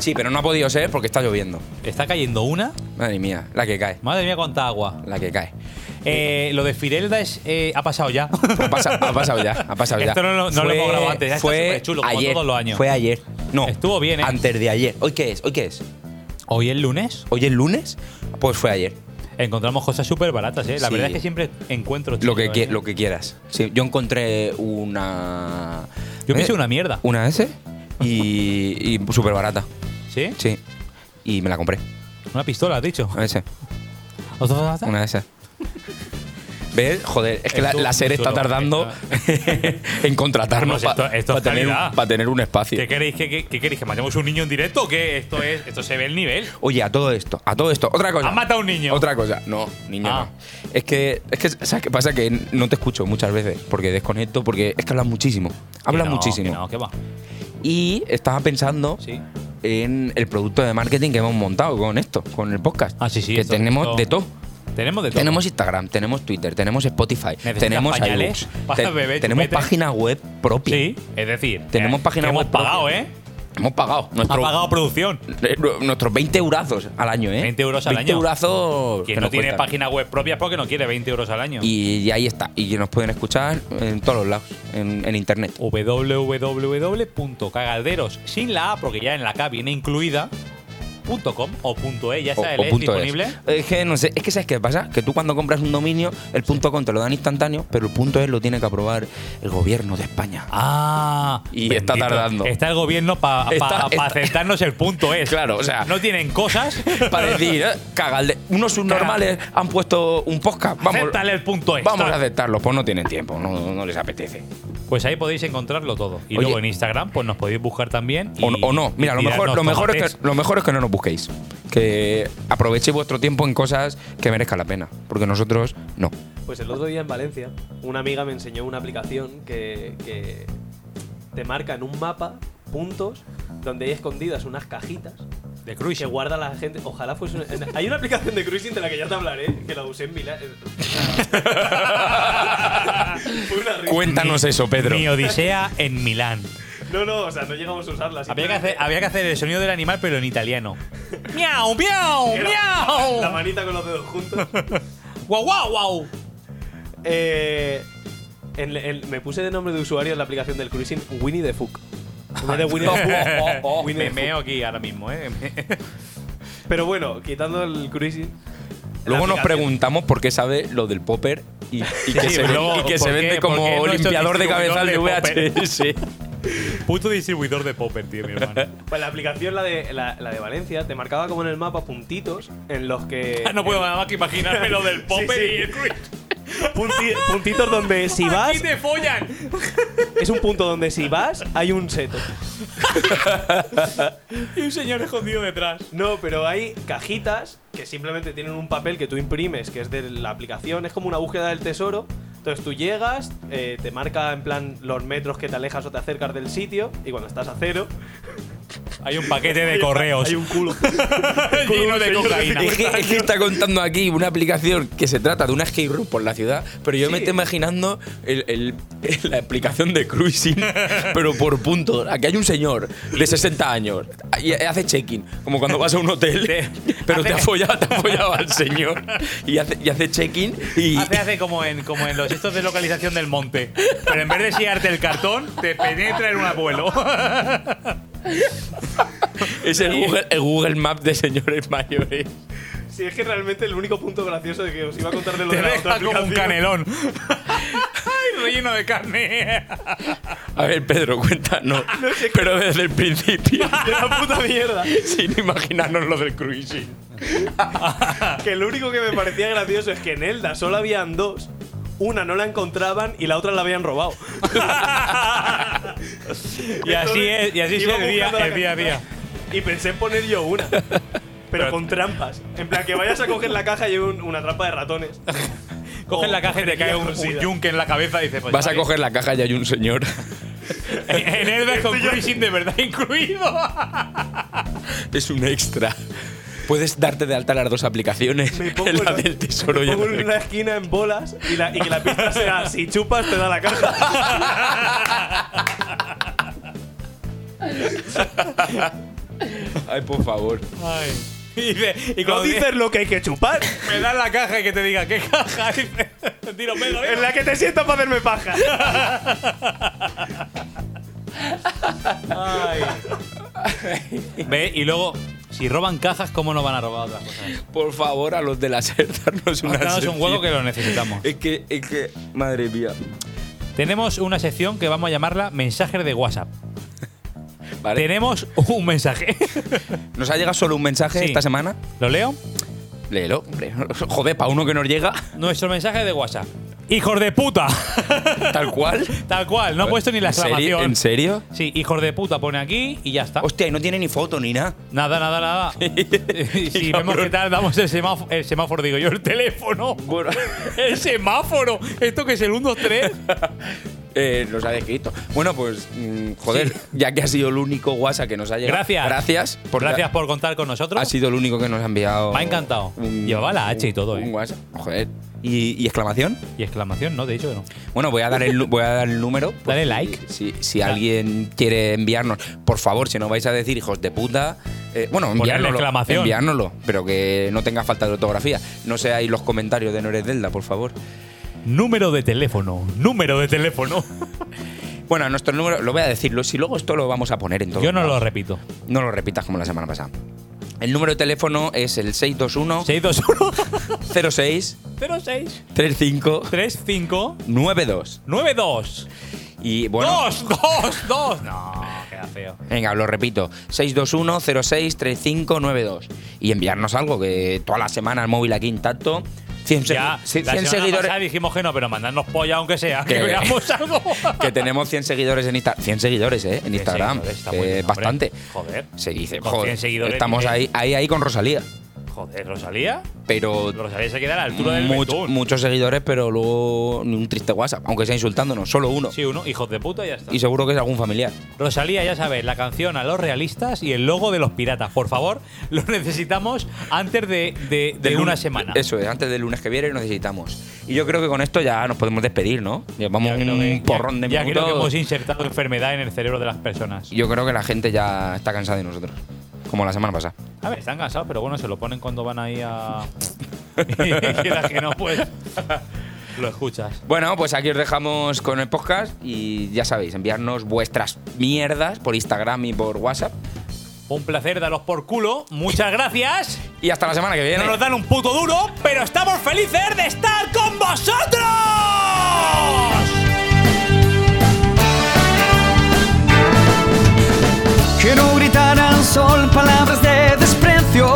[SPEAKER 1] Sí, pero no ha podido ser porque está lloviendo.
[SPEAKER 2] Está cayendo una.
[SPEAKER 1] Madre mía, la que cae.
[SPEAKER 2] Madre mía, cuánta agua.
[SPEAKER 1] La que cae.
[SPEAKER 2] Eh, lo de Firelda es, eh, ha pasado ya.
[SPEAKER 1] Ha pasa- ha pasado, ya, ha pasado ya.
[SPEAKER 2] Esto no lo- no lo
[SPEAKER 1] Fue-
[SPEAKER 2] hemos grabado antes, ya está superchulo, como todos los años.
[SPEAKER 1] Fue ayer. No.
[SPEAKER 2] Estuvo bien, ¿eh?
[SPEAKER 1] Antes de ayer. ¿Hoy qué es? ¿Hoy qué es?
[SPEAKER 2] Hoy es lunes.
[SPEAKER 1] ¿Hoy es lunes? Pues fue ayer.
[SPEAKER 2] Encontramos cosas súper baratas, ¿eh? La
[SPEAKER 1] Sí.
[SPEAKER 2] verdad es que siempre encuentro.
[SPEAKER 1] Lo
[SPEAKER 2] chulo,
[SPEAKER 1] que, qui-
[SPEAKER 2] ¿eh?
[SPEAKER 1] lo que quieras. Sí, yo encontré una.
[SPEAKER 2] Yo me
[SPEAKER 1] ¿eh?
[SPEAKER 2] hice una mierda.
[SPEAKER 1] Una S y, y súper barata.
[SPEAKER 2] ¿Sí?
[SPEAKER 1] Sí. Y me la compré.
[SPEAKER 2] Una pistola, has dicho.
[SPEAKER 1] Una S. Una
[SPEAKER 2] Una
[SPEAKER 1] de esas. ¿Ves? Joder, es que la,
[SPEAKER 2] Esto
[SPEAKER 1] la SER
[SPEAKER 2] mucho
[SPEAKER 1] está
[SPEAKER 2] no,
[SPEAKER 1] tardando en contratarnos
[SPEAKER 2] Vamos, esto-
[SPEAKER 1] para
[SPEAKER 2] esto es
[SPEAKER 1] tener, un-
[SPEAKER 2] calidad.
[SPEAKER 1] pa tener un espacio.
[SPEAKER 2] ¿Qué queréis? ¿Qué, qué- qué queréis? ¿Que matemos un niño en directo? ¿Qué? Esto es. Esto se ve el nivel.
[SPEAKER 1] Oye, a todo esto, a todo esto, otra cosa.
[SPEAKER 2] ¿Has matado a un niño?
[SPEAKER 1] Otra cosa, no, niño
[SPEAKER 2] Ah.
[SPEAKER 1] no. Es que, es que, ¿sabes qué pasa? Que no te escucho muchas veces porque desconecto, porque es que hablas muchísimo. Hablas
[SPEAKER 2] Que no,
[SPEAKER 1] muchísimo.
[SPEAKER 2] que no, que va.
[SPEAKER 1] Y estaba pensando
[SPEAKER 2] Sí.
[SPEAKER 1] en el producto de marketing que hemos montado con esto, con el podcast.
[SPEAKER 2] Ah, sí, sí,
[SPEAKER 1] Que
[SPEAKER 2] esto-
[SPEAKER 1] tenemos
[SPEAKER 2] esto-
[SPEAKER 1] de todo.
[SPEAKER 2] Tenemos de todo.
[SPEAKER 1] Tenemos Instagram, tenemos Twitter, tenemos Spotify,
[SPEAKER 2] Necesitas
[SPEAKER 1] tenemos
[SPEAKER 2] pañales
[SPEAKER 1] iVoox,
[SPEAKER 2] para
[SPEAKER 1] te-
[SPEAKER 2] bebé,
[SPEAKER 1] tenemos
[SPEAKER 2] chupete.
[SPEAKER 1] página web propia.
[SPEAKER 2] Sí, es decir,
[SPEAKER 1] Tenemos
[SPEAKER 2] que-
[SPEAKER 1] página
[SPEAKER 2] que hemos
[SPEAKER 1] web
[SPEAKER 2] pagado,
[SPEAKER 1] propia.
[SPEAKER 2] ¿eh?
[SPEAKER 1] Hemos pagado.
[SPEAKER 2] Ha
[SPEAKER 1] Nuestro,
[SPEAKER 2] pagado producción.
[SPEAKER 1] eh, nu- nuestros 20 eurazos al año, ¿eh?
[SPEAKER 2] 20 euros al
[SPEAKER 1] 20
[SPEAKER 2] año.
[SPEAKER 1] eurazos que
[SPEAKER 2] Quien Pues no
[SPEAKER 1] nos
[SPEAKER 2] tiene
[SPEAKER 1] cuestan.
[SPEAKER 2] página web propia es porque no quiere 20 euros al año.
[SPEAKER 1] Y, y ahí está. Y que nos pueden escuchar en todos los lados, en, en internet.
[SPEAKER 2] www.cagaderos sin la A, porque ya en la K viene incluida. punto .com o punto .e, ya está el E
[SPEAKER 1] punto es.
[SPEAKER 2] disponible.
[SPEAKER 1] Es que no sé, es que sabes qué pasa, que tú cuando compras un dominio, el punto com te lo dan instantáneo, pero el punto es lo tiene que aprobar el gobierno de España.
[SPEAKER 2] Ah,
[SPEAKER 1] Y está tardando.
[SPEAKER 2] Está el gobierno para
[SPEAKER 1] Está- está-
[SPEAKER 2] aceptarnos el punto es.
[SPEAKER 1] Claro, o sea-
[SPEAKER 2] no tienen cosas.
[SPEAKER 1] Para decir, eh, cagalde- unos subnormales han puesto un podcast. Vamos,
[SPEAKER 2] Acéptale el punto es.
[SPEAKER 1] vamos a aceptarlo, pues no tienen tiempo, no, no les apetece.
[SPEAKER 2] Pues ahí podéis encontrarlo todo. Y
[SPEAKER 1] Oye.
[SPEAKER 2] luego en Instagram, pues nos podéis buscar también. y-
[SPEAKER 1] O, o no, mira, lo
[SPEAKER 2] y
[SPEAKER 1] mejor, lo,
[SPEAKER 2] tirarnos
[SPEAKER 1] mejor es
[SPEAKER 2] tomates.
[SPEAKER 1] que, lo mejor es que no nos busquéis. Que aprovechéis vuestro tiempo en cosas que merezcan la pena, porque nosotros no.
[SPEAKER 3] Pues el otro día en Valencia, una amiga me enseñó una aplicación que, que te marca en un mapa puntos donde hay escondidas unas cajitas
[SPEAKER 2] De
[SPEAKER 3] y se
[SPEAKER 2] cruising.
[SPEAKER 3] guarda la gente. Ojalá fuese una. en- Hay una aplicación de cruising de la que ya te hablaré, que la usé en Milán. Fue una risa.
[SPEAKER 1] Cuéntanos eso, Pedro.
[SPEAKER 2] Mi Odisea en Milán.
[SPEAKER 3] No, no, o sea, no llegamos a usarla.
[SPEAKER 2] Había que,
[SPEAKER 3] simplemente
[SPEAKER 2] hacer, había que hacer el sonido del animal, pero en italiano. ¡Miau, miau,
[SPEAKER 3] era
[SPEAKER 2] miau!
[SPEAKER 3] La manita con los dedos juntos.
[SPEAKER 2] ¡Guau, guau, guau!
[SPEAKER 3] Eh, en- en- me puse de nombre de usuario en la aplicación del cruising Winnie the Fuck. En vez de Winnie the Pooh,
[SPEAKER 2] Me
[SPEAKER 3] Winnie the Pooh.
[SPEAKER 2] meo aquí ahora mismo, ¿eh?
[SPEAKER 3] Pero bueno, quitando el cruising.
[SPEAKER 1] Luego
[SPEAKER 3] la
[SPEAKER 1] nos
[SPEAKER 3] aplicación-
[SPEAKER 1] preguntamos por qué sabe lo del popper y, y que,
[SPEAKER 2] sí,
[SPEAKER 1] se,
[SPEAKER 2] luego,
[SPEAKER 1] y que se
[SPEAKER 2] ¿por qué-
[SPEAKER 1] vende
[SPEAKER 2] por qué
[SPEAKER 1] como
[SPEAKER 2] nuestro
[SPEAKER 1] limpiador de
[SPEAKER 2] distribuidor
[SPEAKER 1] cabezal de E,
[SPEAKER 2] de
[SPEAKER 1] VHS.
[SPEAKER 2] Puto distribuidor de Popper, tío, mi hermano.
[SPEAKER 3] Pues la aplicación, la de, la, la de Valencia, te marcaba como en el mapa puntitos en los que.
[SPEAKER 2] Ah, no puedo nada más que imaginarme lo del Popper
[SPEAKER 3] Sí, sí.
[SPEAKER 2] y el cruising.
[SPEAKER 3] Punti- puntitos donde si
[SPEAKER 2] ¡Aquí
[SPEAKER 3] vas.
[SPEAKER 2] te follan!
[SPEAKER 3] Es un punto donde si vas, hay un seto.
[SPEAKER 2] Y un señor escondido detrás.
[SPEAKER 3] No, pero hay cajitas que simplemente tienen un papel que tú imprimes, que es de la aplicación, es como una búsqueda del tesoro. Entonces tú llegas, eh, te marca en plan los metros que te alejas o te acercas del sitio, y cuando estás a cero,
[SPEAKER 2] Hay un paquete
[SPEAKER 3] hay
[SPEAKER 2] de
[SPEAKER 3] un-
[SPEAKER 2] correos
[SPEAKER 3] Hay un culo.
[SPEAKER 2] lleno de cocaína.
[SPEAKER 1] Es que, es que está contando aquí una aplicación que se trata de una skate room por la ciudad, pero yo me
[SPEAKER 3] Sí.
[SPEAKER 1] estoy imaginando el- el- la aplicación de cruising, pero por puntos. Aquí hay un señor de 60 años y hace check-in, como cuando vas a un hotel, pero te ha follado, te ha follado al señor y hace, y hace check-in y,
[SPEAKER 2] Hace, hace como en, como en los estos de localización del monte. Pero en vez de sellarte el cartón, te penetra en un abuelo.
[SPEAKER 1] es el Google, el Google Map de señores mayores.
[SPEAKER 3] Si es que realmente el único punto gracioso de que os iba a contar de lo
[SPEAKER 2] Te
[SPEAKER 3] de la otra
[SPEAKER 2] deja como un
[SPEAKER 3] aplicación-
[SPEAKER 2] canelón. ¡Ay, relleno de carne!
[SPEAKER 1] A ver, Pedro, cuéntanos, pero desde el principio,
[SPEAKER 3] De la puta mierda.
[SPEAKER 1] sin imaginarnos lo del cruising.
[SPEAKER 3] Que lo único que me parecía gracioso es que en Elda solo habían dos. Una no la encontraban y la otra la habían robado.
[SPEAKER 2] Y así es, y así es
[SPEAKER 3] Iba
[SPEAKER 2] el día,
[SPEAKER 3] buscando la
[SPEAKER 2] el día a
[SPEAKER 3] cajita
[SPEAKER 2] día.
[SPEAKER 3] Y pensé en poner yo una. Pero con trampas. En plan, que vayas a coger la caja y hay un- una trampa de ratones.
[SPEAKER 2] Coges la caja y te cae un, un yunque en la cabeza y dices, pues,
[SPEAKER 1] Vas a
[SPEAKER 2] vale.
[SPEAKER 1] coger la caja y hay un señor.
[SPEAKER 2] En Elbeck con cruising de verdad incluido.
[SPEAKER 1] Es un extra. Puedes darte de alta las dos aplicaciones.
[SPEAKER 3] Me pongo
[SPEAKER 1] la
[SPEAKER 3] en-
[SPEAKER 1] del tesoro y
[SPEAKER 3] me
[SPEAKER 1] la
[SPEAKER 3] pongo
[SPEAKER 1] del-
[SPEAKER 3] en una esquina en bolas y, la- y que la pista sea si chupas te da la caja.
[SPEAKER 1] Ay, por favor.
[SPEAKER 2] Ay. Y, dice, y
[SPEAKER 3] No
[SPEAKER 2] cuando
[SPEAKER 3] dices lo que hay que chupar.
[SPEAKER 2] me dan la caja y que te diga, ¿qué caja? Dice, Tiro Pedro.
[SPEAKER 3] En la que te sientas para hacerme paja.
[SPEAKER 2] Ve, y luego, si roban cajas, ¿cómo no van a robar otras cosas?
[SPEAKER 1] Por favor, a los de la SER, darnos una
[SPEAKER 2] Danos un
[SPEAKER 1] sección.
[SPEAKER 2] hueco que lo necesitamos.
[SPEAKER 1] Es que, es que, madre mía.
[SPEAKER 2] Tenemos una sección que vamos a llamarla Mensajes de WhatsApp.
[SPEAKER 1] Vale.
[SPEAKER 2] Tenemos un mensaje.
[SPEAKER 1] Nos ha llegado solo un mensaje
[SPEAKER 2] Sí.
[SPEAKER 1] esta semana.
[SPEAKER 2] ¿Lo leo?
[SPEAKER 1] Léelo, hombre. Joder, para uno que nos llega,
[SPEAKER 2] Nuestro mensaje de WhatsApp. ¡Hijos de puta!
[SPEAKER 1] tal cual.
[SPEAKER 2] Tal cual, no ha puesto ni la
[SPEAKER 1] ¿En serio?
[SPEAKER 2] exclamación. Ah.
[SPEAKER 1] ¿En serio?
[SPEAKER 2] Sí, hijos de puta pone aquí y ya está.
[SPEAKER 1] Hostia, y no tiene ni foto ni nada.
[SPEAKER 2] Nada, nada, nada. si vemos
[SPEAKER 1] cabrón.
[SPEAKER 2] que tal, damos el semáforo, el semáforo, digo yo, el teléfono.
[SPEAKER 1] Bueno.
[SPEAKER 2] ¡El semáforo! ¿Esto que es el 1, 2, 3?
[SPEAKER 1] eh, nos ha descrito. Bueno, pues, mm, joder,
[SPEAKER 2] Sí.
[SPEAKER 1] ya que ha sido el único WhatsApp que nos ha llegado.
[SPEAKER 2] Gracias.
[SPEAKER 1] Gracias. Ah, porque
[SPEAKER 2] Gracias por contar con nosotros.
[SPEAKER 1] Ha sido el único que nos ha enviado.
[SPEAKER 2] Me ha encantado. Llevaba la H y todo,
[SPEAKER 1] un
[SPEAKER 2] ¿eh?
[SPEAKER 1] WhatsApp. Joder. ¿Y, y exclamación?
[SPEAKER 2] Y exclamación, ¿no? De hecho, que no.
[SPEAKER 1] Bueno, voy a dar el, nu- voy a dar el número. por
[SPEAKER 2] Dale
[SPEAKER 1] si-
[SPEAKER 2] like.
[SPEAKER 1] Si, si
[SPEAKER 2] Ya.
[SPEAKER 1] alguien quiere enviarnos, por favor, si no vais a decir hijos de puta. eh, bueno,
[SPEAKER 2] Ponerle
[SPEAKER 1] enviárnoslo,
[SPEAKER 2] exclamación.
[SPEAKER 1] enviárnoslo, pero que no tenga falta de ortografía. No seáis los comentarios de No eres Delta, por favor.
[SPEAKER 2] Número de teléfono. Número de teléfono.
[SPEAKER 1] Bueno, nuestro número, lo voy a decirlo, si luego esto lo vamos a poner en todo.
[SPEAKER 2] Yo no lo repito.
[SPEAKER 1] No lo repitas como la semana pasada. El número de teléfono es el 621
[SPEAKER 2] 621
[SPEAKER 1] 06
[SPEAKER 2] 06
[SPEAKER 1] 35
[SPEAKER 2] 35
[SPEAKER 1] 92.
[SPEAKER 2] 92
[SPEAKER 1] Y bueno,
[SPEAKER 2] dos, dos, dos. No, queda feo.
[SPEAKER 1] Venga, lo repito, 621-06-3592. Y enviarnos algo, que toda la semana el móvil aquí intacto. 100, segu-
[SPEAKER 2] Ya,
[SPEAKER 1] cien-
[SPEAKER 2] la
[SPEAKER 1] cien
[SPEAKER 2] semana pasada
[SPEAKER 1] seguidores.
[SPEAKER 2] dijimos que no, pero mandarnos polla aunque sea, que
[SPEAKER 1] Que-
[SPEAKER 2] veamos algo.
[SPEAKER 1] Que tenemos 100 seguidores en Instagram. 100 seguidores, ¿eh? En Instagram.
[SPEAKER 2] seguidores, está
[SPEAKER 1] Eh,
[SPEAKER 2] muy bien, hombre.
[SPEAKER 1] bastante.
[SPEAKER 2] Joder.
[SPEAKER 1] Se dice,
[SPEAKER 2] Con
[SPEAKER 1] joder.
[SPEAKER 2] 100 seguidores,
[SPEAKER 1] estamos
[SPEAKER 2] bien.
[SPEAKER 1] ahí, ahí, ahí con Rosalía.
[SPEAKER 2] Joder, Rosalía.
[SPEAKER 1] Pero
[SPEAKER 2] Rosalía se queda a la altura del
[SPEAKER 1] much-
[SPEAKER 2] betún.
[SPEAKER 1] muchos seguidores, pero luego ni un triste WhatsApp. Aunque sea insultándonos, solo uno.
[SPEAKER 2] Sí, uno, hijos de puta, ya está.
[SPEAKER 1] Y seguro que es algún familiar.
[SPEAKER 2] Rosalía, ya sabes, la canción a los realistas y el logo de los piratas. Por favor, lo necesitamos antes de, de- de
[SPEAKER 1] Del
[SPEAKER 2] una
[SPEAKER 1] lunes-
[SPEAKER 2] semana.
[SPEAKER 1] Eso es, antes del lunes que viene lo necesitamos. Y yo creo que con esto ya nos podemos despedir, ¿no? Llevamos
[SPEAKER 2] Ya creo
[SPEAKER 1] un
[SPEAKER 2] que-
[SPEAKER 1] porrón de
[SPEAKER 2] ya, ya creo que
[SPEAKER 1] minutos.
[SPEAKER 2] hemos insertado enfermedad en el cerebro de las personas.
[SPEAKER 1] Yo creo que la gente ya está cansada de nosotros. Como la semana pasada.
[SPEAKER 2] A ver, están cansados, pero bueno, se lo ponen cuando van ahí a. Quieras que no, pues. Lo escuchas.
[SPEAKER 1] Bueno, pues aquí os dejamos con el podcast y ya sabéis, enviarnos vuestras mierdas por Instagram y por WhatsApp.
[SPEAKER 2] Un placer daros por culo. Muchas gracias.
[SPEAKER 1] Y hasta la semana que viene.
[SPEAKER 2] No nos dan un puto duro, pero estamos felices de estar con vosotros.
[SPEAKER 4] Quiero gritar al sol palabras de desprecio.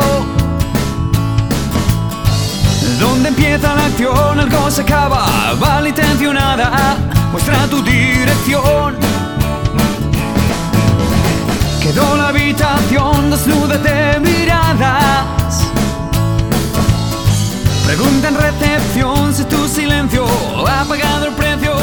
[SPEAKER 4] Donde empieza la acción, algo se acaba. Vale intencionada, muestra tu dirección. Quedó la habitación desnuda de miradas. Pregunta en recepción si tu silencio ha pagado el precio.